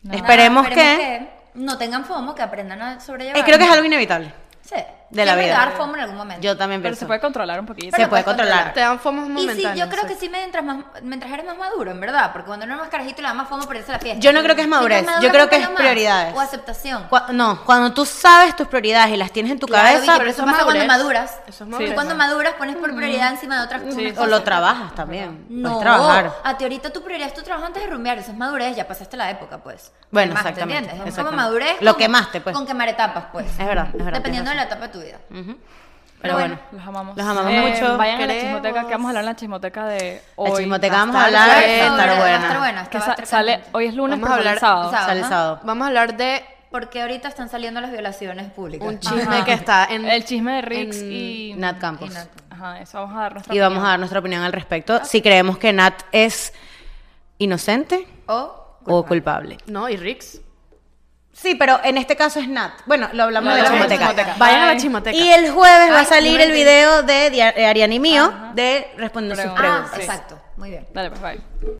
S1: No. Esperemos
S4: nada,
S1: que-
S4: no tengan FOMO, que aprendan a sobrellevar.
S1: Eh, creo que es algo inevitable.
S4: Sí.
S1: de la
S4: Siempre te
S1: vida.
S4: va a dar FOMO en algún momento.
S1: Yo también
S3: Pero
S1: pienso.
S3: se puede controlar un
S1: Se
S3: poquito.
S4: Pero
S1: puede
S4: puedes
S1: controlar.
S2: Te dan FOMOs
S4: Y sí,
S2: momentáneos.
S4: yo creo
S2: sí.
S4: que sí mientras, más, mientras eres más maduro, en verdad. Porque cuando uno es más carajito le da más FOMO perderse la fiesta.
S1: Yo no creo que es madurez,
S4: Mientras
S1: yo
S4: maduro,
S1: creo que es
S4: aprendes más.
S1: prioridades.
S4: O aceptación.
S1: Cua- no, cuando tú sabes tus prioridades y las tienes en tu
S4: Claro, Vicky,
S1: cabeza,
S4: pero eso
S2: eso es
S4: pasa cuando
S2: madurez.
S4: maduras.
S2: Eso es
S4: Tú
S2: madurez.
S4: cuando maduras pones por prioridad encima de otras cosas.
S1: o lo trabajas también.
S4: No, Ah,
S1: Puedes trabajar.
S4: a ti ahorita tu prioridad es tu trabajo antes de rumbear, eso es madurez, ya pasaste la época, pues.
S1: Bueno,
S4: Quemaste,
S1: exactamente,
S4: ¿entiendes? Es
S1: exactamente.
S4: como madurez.
S1: Lo
S4: con-
S1: quemaste, pues.
S4: Con quemar etapas, pues.
S1: Es verdad, es verdad.
S4: Dependiendo
S1: tienes
S4: de
S1: razón.
S4: la etapa de tu vida.
S1: Ujú. Pero
S4: Pero
S1: bueno.
S4: bueno.
S3: Los amamos. Eh,
S1: Los amamos mucho,
S3: Vayan a la
S1: queremos.
S3: chismoteca, que vamos a hablar en la chismoteca de hoy.
S1: La chismoteca
S3: Va a
S1: vamos a
S3: estar
S1: hablar
S4: Va a
S1: de
S4: estar
S1: estar
S4: buena, va a
S1: buena.
S4: estar buena,
S3: Que
S4: va a
S3: sa-
S4: estar
S3: sale,
S4: caliente.
S3: hoy es lunes,
S2: Vamos
S3: pero
S2: a
S3: sale el
S2: hablar-
S3: sábado.
S4: sábado.
S1: Sale el
S4: Ajá.
S1: sábado.
S2: Vamos a hablar de
S4: Porque ahorita están saliendo las violaciones públicas.
S2: un
S4: Ah,
S2: chisme
S3: Ajá.
S2: que está en...
S3: El chisme de Rix y...
S1: Nat Campos.
S4: y nada.
S3: Ajá, eso vamos a dar nuestra
S1: Y vamos a
S3: opinión.
S1: dar nuestra opinión al respecto. Si creemos que Nat es inocente
S4: Ah, O
S1: o culpable.
S2: No, y Rix.
S1: Sí, pero en este caso es Nat. Bueno, lo hablamos
S3: Lo
S1: en la
S3: hablamos en la
S1: chismoteca.
S3: chismoteca.
S2: Vayan a la
S3: Ay.
S2: chismoteca.
S1: Y el jueves va a
S4: Ay,
S1: salir
S4: no
S1: el
S4: entendí.
S1: video de Dia- de Ariani mío de respondiendo sus
S3: Preguntas.
S1: preguntas.
S4: Ah, exacto. Muy bien.
S3: Dale, pues, bye.